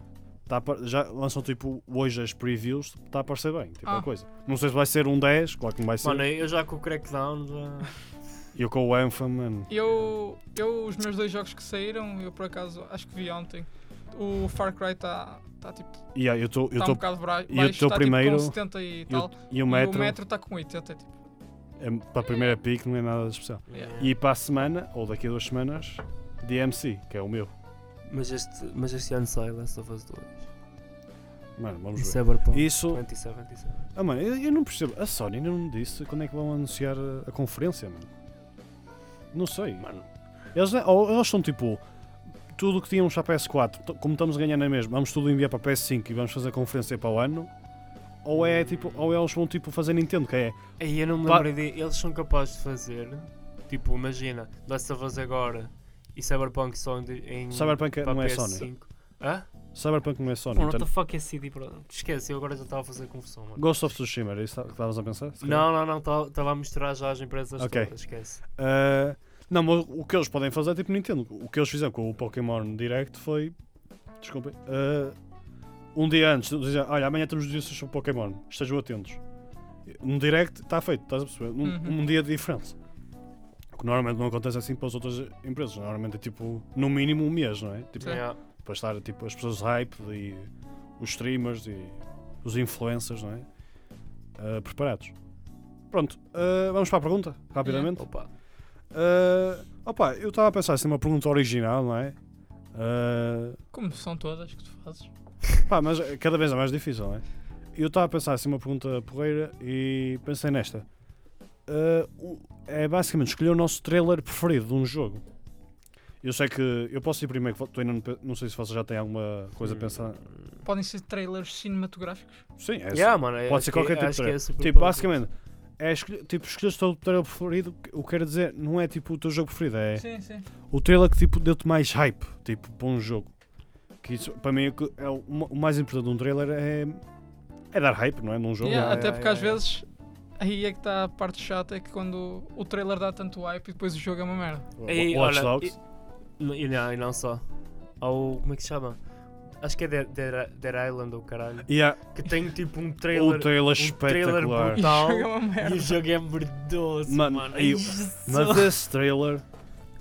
B: tá a par- já lançam tipo hoje as previews, está a parecer bem, tipo
C: Ah.
B: a coisa. Não sei se vai ser um 10, claro que não vai ser.
D: Mano, é- eu já com o Crackdown já...
B: E eu com o Anthem, mano.
C: Eu, eu, os meus dois jogos que saíram, eu por acaso acho que vi ontem. O Far Cry está tá, tipo, tá
B: E aí, eu estou.
C: um bocado bra-
B: e o
C: baixo,
B: teu
C: tá,
B: primeiro-
C: tipo, com 70 e tal.
B: E o
C: E
B: Metro,
C: o Metro está com 80, tipo.
B: é- para a primeira pick, não é nada de especial.
C: Yeah.
B: E para a semana, ou daqui a duas semanas, DMC, que é o meu.
D: Mas, este, mas este ano sai Last of Us 2.
B: Mano, vamos
D: E
B: ver.
D: Cyberpunk
B: Isso.
D: 2077.
B: Ah, mano, eu, eu não percebo. A Sony ainda não me disse quando é que vão anunciar a, a conferência, mano. Não sei.
D: Mano.
B: Eles, é, ou eles são tipo. Tudo o que tínhamos para a PS4, t- como estamos a ganhar na mesma, vamos tudo enviar para a PS5 e vamos fazer a conferência para o ano. Ou é tipo. Ou eles vão tipo fazer Nintendo, que é.
D: Aí eu não me
B: Pá.
D: lembrei de. Eles são capazes de fazer. Tipo, imagina, Last of Us agora e Cyberpunk só em. em
B: Cyberpunk é-
D: para
B: não é
D: PS5. Hã?
B: Cyberpunk não é Sony.
D: Pô, what the
B: então-
D: fuck é CD Pro? Esquece, eu agora já estava a fazer confusão, mano.
B: Ghost of Tsushima, era isso que estavas a pensar? se calhar?
D: Não, não, não, estava a misturar já as empresas
B: Ok.
D: todas, esquece.
B: Ah, não, mas o que eles podem fazer é tipo Nintendo. O que eles fizeram com o Pokémon Direct foi desculpem, ah, um dia antes, dizem, olha, amanhã temos notícias sobre Pokémon, estejam atentos. Um direct está feito, estás a perceber? Um,
C: Uhum.
B: um dia de diferença. O que normalmente não acontece assim para as outras empresas. Normalmente é tipo, no mínimo um mês, não é? Tipo,
C: Sim.
D: Yeah.
B: para estar tipo, as pessoas hype e os streamers e os influencers, não é? Ah, preparados. Pronto, ah, vamos para a pergunta, rapidamente.
D: Opa.
B: Ah, opa, eu estava a pensar assim, uma pergunta original, não é? Ah,
C: Como são todas que tu fazes?
B: pá, mas cada vez é mais difícil, não é? Eu estava a pensar assim, uma pergunta porreira e pensei nesta. Ah, o- é basicamente escolher o nosso trailer preferido de um jogo. Eu sei que eu posso ir primeiro, que tu ainda não, pe- não sei se vocês já têm alguma coisa
D: Hum.
B: pensada.
C: Podem ser trailers cinematográficos?
B: Sim, é
D: Yeah, mano, é-
B: Pode ser
D: acho que-
B: qualquer tipo de
D: acho que é
B: trailer.
D: super
B: Tipo,
D: pouco.
B: basicamente, é escolher, tipo, escolheres o teu trailer preferido, que- o que quero dizer, não é tipo o teu jogo preferido, é
C: Sim, sim.
B: o trailer que tipo, deu-te mais hype, tipo, para um jogo. Que isso, para mim, é o que- é o, o mais importante de um trailer é, é dar hype, não é? Num jogo.
C: Yeah,
B: é-
D: yeah,
C: até
D: yeah,
C: porque às
D: yeah.
C: vezes aí é que está a parte chata, é que quando o trailer dá tanto hype e depois o jogo é uma merda.
D: Ei,
B: Watch
D: olha,
B: Dogs.
D: E, e não, e não só. Ao, como é que se chama? Acho que é Dead, Dead- Dead Island ou caralho.
B: Yeah,
D: Que tem tipo um
B: o
D: trailer.
B: é trailer
D: um trailer
B: espetacular.
C: E o
D: Tal.
C: jogo é uma
D: e o
C: merda.
D: jogo é merdoso,
B: Mano,
D: mano. É
B: aí-
D: Ai, Jesus.
B: Mas esse trailer.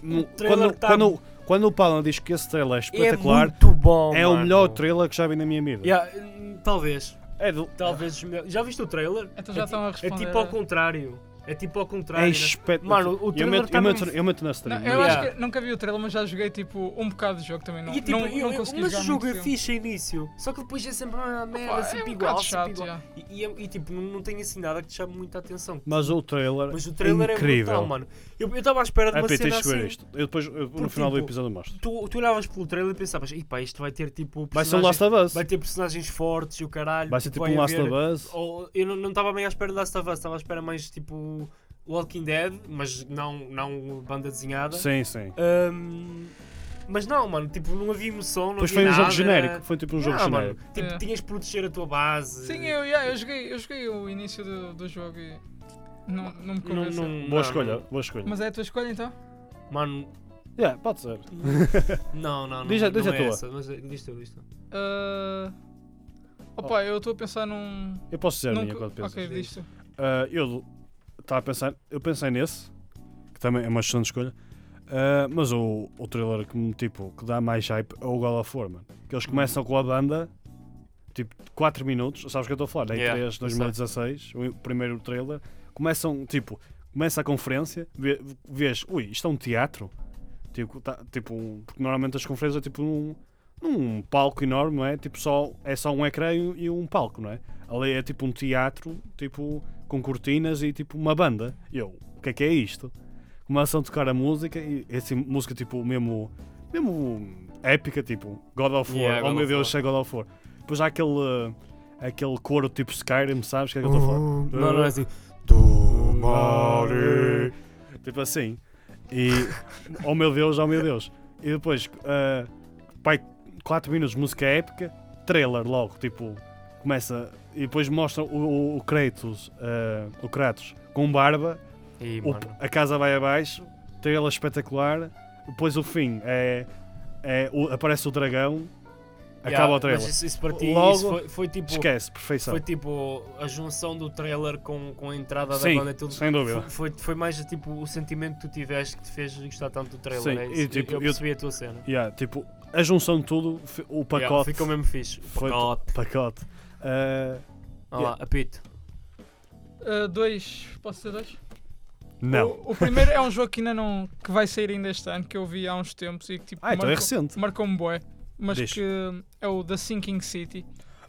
D: Um
B: quando-
D: trailer que tá-
B: quando, quando o Palan diz que esse trailer é
D: é
B: espetacular,
D: muito bom.
B: é, o
D: mano.
B: melhor trailer que já vi na minha vida.
D: Yeah, hum, talvez.
B: É do-
D: Talvez o melhor. Já viste o trailer?
C: Então já
D: é,
C: estão a
D: ti- é
C: responder.
D: tipo ao contrário. É tipo ao
B: É
D: contrário. né?
B: espetacular.
D: Mano, o
B: Eu
D: trailer
B: meto,
D: tá
B: eu,
D: mesmo-
B: meto, eu meto na
C: Não,
B: stream.
C: eu
D: Yeah.
C: acho que nunca vi o trailer, mas já joguei tipo um bocado de jogo também. Não,
D: E, tipo,
C: não,
D: eu-
C: não
D: eu-
C: consegui
D: mas
C: jogar
D: o jogo
C: muito
D: é
C: tempo.
D: fixe a início. Só que depois é sempre uma merda, assim,
C: Pá, é
D: sempre
C: um
D: igual.
C: bocado chato,
D: sempre igual.
C: já.
D: E, e é- e, tipo, não, não tem assim nada que te chame muita atenção.
B: Mas o trailer,
D: Mas o trailer
B: É incrível.
D: é brutal, mano. Eu estava à espera de
B: Ah,
D: uma
B: Pia,
D: cena
B: tens de ver
D: assim.
B: isto. Eu depois, eu- no
D: Porque,
B: final do
D: tipo,
B: episódio, mostro.
D: Tu, tu olhavas pelo trailer e pensavas, pá, isto vai ter tipo.
B: Vai ser um
D: personagens-
B: Last of Us.
D: Vai ter personagens fortes e o caralho.
B: Vai ser tipo um Last
D: haver-
B: of Us.
D: Ou, eu não- não estava bem à espera de Last of Us, estava à espera mais tipo Walking Dead, mas não, não banda desenhada.
B: Sim, sim.
D: Ahm, mas não, mano, tipo, não havia emoção, não
B: Depois
D: havia
B: foi um jogo
D: nada,
B: genérico.
D: era-
B: Foi tipo um jogo
D: Ah, mano,
B: genérico.
D: tipo,
C: É.
D: tinhas de proteger a tua base.
C: Sim, eu, yeah, eu, joguei, eu joguei o início do, do jogo e não, não me
D: Não,
C: convenceu.
D: não,
B: Boa
D: não,
B: escolha, boa escolha.
C: Mas é a tua escolha então?
D: não. Mano,
B: Yeah, pode ser.
D: não, não, não.
B: Diz a-
D: não,
B: diz a
D: é
B: tua.
D: Essa, mas é- diz tu, diz tu.
C: Ah,
D: Oh.
C: Opa, eu estou a pensar num.
B: Eu posso dizer a
C: num
B: minha
C: co-
B: quando pensas.
C: ok, diz tu.
B: Ah, eu estava a pensar, eu pensei nesse, que também é uma excelente escolha. Ah, mas o, o trailer que me tipo, que dá mais hype é o God of War, mano. Que eles começam com a banda, tipo 4 minutos, sabes o que eu estou a falar? Da E3
D: Yeah, eu sei.
B: 2016, o primeiro trailer, começam tipo, começa a conferência, vê- vês, ui, isto é um teatro. Tipo, tá- tipo um- porque normalmente as conferências é tipo num, num palco enorme, não é? Tipo, só, é só um ecrã e, e um palco, não é? Ali é tipo um teatro, tipo, com cortinas e tipo uma banda. E eu, o que é que é isto? Começam a tocar a música e assim, música tipo mesmo, mesmo épica, tipo God of War,
D: Yeah,
B: oh
D: God
B: meu
D: of
B: Deus,
D: War.
B: é God of War. Depois há aquele, aquele coro tipo Skyrim, sabes o que é que eu estou a falar?
D: Não, não é assim.
B: Mari. Tipo assim. E. Oh meu Deus, oh meu Deus. E depois, ah, pai, 4 minutos de música épica, trailer logo, tipo, começa. E depois mostra o, o, o Kratos, ah, o Kratos, com barba,
D: Ih,
B: o-
D: mano.
B: a casa vai abaixo, trailer espetacular, depois o fim é. é o- aparece o dragão, acaba
D: Yeah,
B: o trailer.
D: Mas isso, isso para ti
B: Logo-
D: isso foi, foi tipo.
B: Esquece, perfeição.
D: Foi tipo a junção do trailer com, com a entrada
B: Sim,
D: da banda e tudo.
B: sem dúvida.
D: Foi, foi mais tipo o sentimento que tu tiveste que te fez gostar tanto do trailer.
B: Sim,
D: é
B: e,
D: isso.
B: tipo,
D: eu
B: eu-
D: percebi a tua cena.
B: Yeah, tipo, a junção de tudo, fi- o
D: Yeah,
B: pacote.
D: ficou mesmo fixe.
B: Foi-
D: Pacote.
B: pacote. Ah,
D: Olha lá, apito.
C: Ah, dois, posso dizer dois?
B: não.
C: O, o primeiro é um jogo que ainda não. que vai sair ainda este ano, que eu vi há uns tempos e que tipo.
B: Ah, então é
C: marcou-
B: recente.
C: Marcou-me bué. Mas
B: Diz.
C: que é o The Sinking City.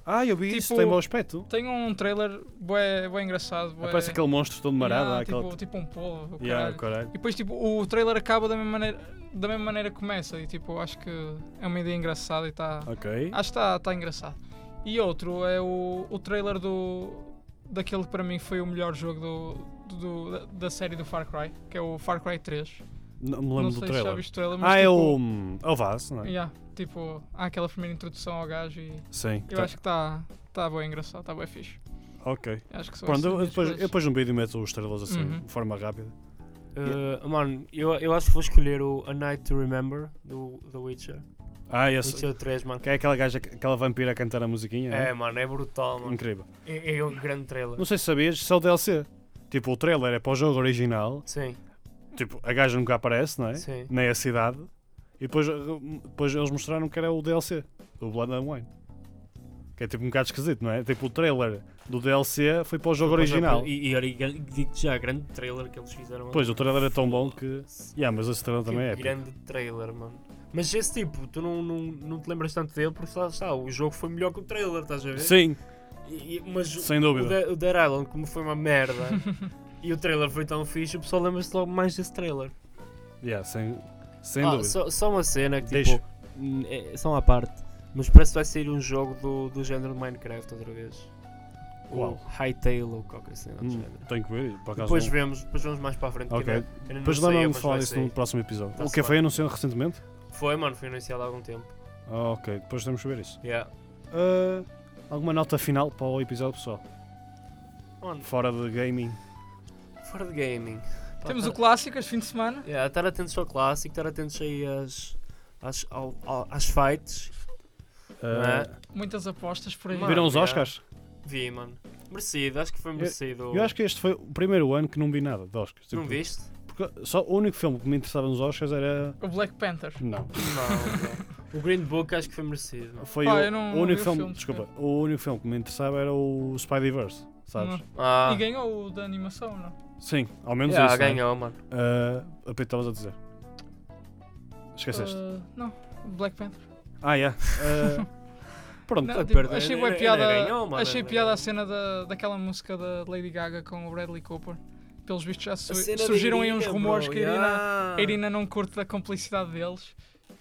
B: Ah, eu vi isso,
C: Tipo-
B: tem mau aspecto.
C: Tem um trailer bué, bué engraçado. Bué,
B: Aparece aquele monstro todo marado.
C: Yeah,
B: há aquela...
C: tipo, tipo um povo. o
B: Yeah,
C: caralho.
B: caralho.
C: E depois tipo, o trailer acaba da mesma maneira, da mesma maneira que começa. E tipo, acho que é uma ideia engraçada e tá está.
B: Ok.
C: Acho que está tá engraçado. E outro é o, o trailer do. daquele que para mim foi o melhor jogo do, do- da, da série do Far Cry, que é o Far Cry 3.
B: não me lembro
C: não
B: do
C: sei se já
B: trailer.
C: viste o trailer, mas.
B: ah, é
C: tipo,
B: o. É o Vaz, não é?
C: yeah, tipo, há aquela primeira introdução ao gajo e
B: Sim.
C: eu
B: tá-
C: acho que está tá bem engraçado, está bem fixe.
B: Ok.
C: Acho que são
B: Pronto,
C: essas
B: eu, eu
C: minhas
B: depois,
C: coisas.
B: eu depois no vídeo meto os trailers assim,
C: Uhum.
B: de forma rápida.
D: Eh, Uh, mano, eu, eu acho que vou escolher o A Night to Remember do The Witcher.
B: Ah, esse.
D: Witcher 3, mano.
B: Que é aquela gaja, aquela vampira a cantar a musiquinha.
D: É,
B: né?
D: mano, é brutal, mano.
B: Incrível.
D: É, é um grande trailer.
B: Não sei se sabias, isso é o DLC. Tipo, o trailer é para o jogo original.
D: Sim,
B: Tipo, a gaja nunca aparece, não é?
D: sim.
B: Nem a cidade. E depois, depois eles mostraram que era o DLC, o Blood and Wine. Que é tipo um bocado esquisito, não é? Tipo, o trailer do DLC foi para o jogo original.
D: E, e, e digo-te já, grande trailer que eles fizeram.
B: Pois, o trailer é tão bom que. Yeah, mas esse trailer
D: Que
B: também é épico.
D: grande trailer, mano. Mas esse tipo, tu não, não, não te lembras tanto dele porque lá está, o jogo foi melhor que o trailer, estás a ver?
B: Sim,
D: E- e- mas o-
B: sem
D: o,
B: dúvida.
D: Dead- o Dead Island, como foi uma merda, e o trailer foi tão fixe, o pessoal lembra-se logo mais desse trailer.
B: Yeah, sem sem
D: Ah,
B: dúvida.
D: Só, só uma cena que
B: Deixa.
D: tipo, hum, é, são à parte, mas parece que vai sair um jogo do, do género de Minecraft outra vez.
B: Qual?
D: O Hightail ou qualquer cena do
B: Hum,
D: género.
B: Tenho que ver, por acaso.
D: Depois
B: não-
D: vemos, depois vamos mais para a frente. que
B: Ok.
D: ainda- ainda não
B: Depois
D: saiu,
B: lembra-me de
D: mas
B: falar
D: vai
B: disso
D: sair. Tá
B: no próximo episódio.
D: Tá-se
B: o que
D: bem.
B: foi anunciado recentemente?
D: Foi, mano, foi anunciado há algum tempo.
B: Ah, ok, depois temos que ver isso.
D: Yeah.
B: Ah, alguma nota final para o episódio, pessoal?
D: Mano,
B: Fora de gaming.
D: fora de gaming. Pá,
C: Temos
D: tá-
C: o clássico este fim de semana.
D: Yeah, estar atentos ao clássico, estar atentos aí às, às, ao- ao- às fights.
B: Ah,
C: Muitas apostas por aí.
D: é? Mano,
B: viram os
D: yeah.
B: Oscars?
D: Vi, mano. Merecido, acho que foi merecido.
B: Eu acho que este foi o primeiro ano que não vi nada de Oscars.
D: Não
B: Tipo,
D: viste?
B: porque só o único filme que me interessava nos Oscars era.
C: O Black Panther.
B: Não.
D: Não, não. O Green Book acho que foi merecido. mano.
B: Foi
C: Pá,
B: o,
C: eu não-
B: o
C: não
B: único
C: vi o
B: filme.
C: filme,
B: desculpa. O único filme que me interessava era o Spideyverse, sabes?
D: Ah,
C: E ganhou o da animação, não?
B: Sim, ao menos
D: yeah,
B: isso. né?
D: ganhou, mano.
B: Ah, a Pedro, estavas a dizer. Esqueceste.
C: Ah, não, o Black Panther.
B: Ah, yeah. Ah, pronto.
C: Não,
D: foi
C: tipo,
D: perder. é
C: achei
D: Ele-
C: bué
D: ele
C: piada,
D: ganhou, mano,
C: achei
D: ele
C: piada a
D: ganhou.
C: cena da, daquela música da Lady Gaga com o Bradley Cooper. Pelos vistos já su-
D: A cena da
C: surgiram aí uns
D: Irina,
C: rumores
D: bro,
C: que a Irina,
D: yeah.
C: a Irina não curte da complicidade deles.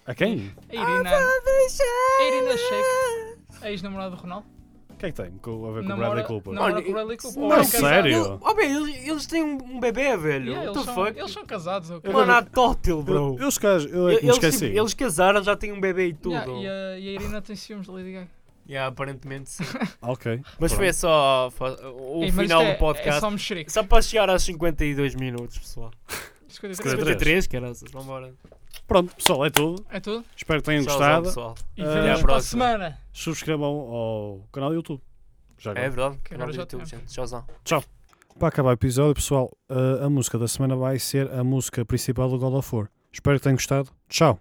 B: A quem?
D: Ah,
C: A Irina, a Irina Shayk,
D: tá.
C: a ex-namorada do Ronaldo,
B: O que é que tem com- a ver com o
C: Namora-
B: Bradley Cooper?
C: namora
D: Olha,
C: com o é Bradley Cooper.
B: não,
C: Eram
D: Mano,
C: casados.
B: sério?
D: ele- Oh, bem, eles, eles têm um um bebê, velho.
C: Yeah,
D: What
C: eles,
D: the
C: são,
D: fuck?
C: eles são casados. ou quê?
D: Mano, há tótil, bro.
B: Eu, eu, se calhar, eu é
D: Eu-
B: que me
D: eles,
B: esqueci.
D: tipo, eles casaram, já têm um bebê e tudo.
C: Yeah, e, a, e a Irina tem ciúmes da Lady Gaga.
D: Yeah, aparentemente sim.
B: Ok.
D: Mas foi só foi- o
C: Ei, mas
D: final
C: isto é-
D: do podcast.
C: É só mexerico.
D: Só para chegar aos 52 minutos, pessoal.
C: 53.
D: 53, caraças, vambora.
B: Pronto, pessoal, é tudo.
C: É tudo.
B: Espero que tenham
D: Tchauzão,
B: gostado.
D: pessoal.
C: E
B: Ah,
C: vemos
B: até à
C: para a
D: próxima.
C: semana.
B: Subscrevam ao canal do YouTube. Já
D: É
B: agora.
D: verdade,
C: Que
D: canal
C: agora
D: do
C: já
D: YouTube,
C: temos.
D: gente. Tchauzão.
B: Para acabar o episódio, eh, pessoal, a, a música da semana vai ser a música principal do God of War. Espero que tenham gostado. Tchau.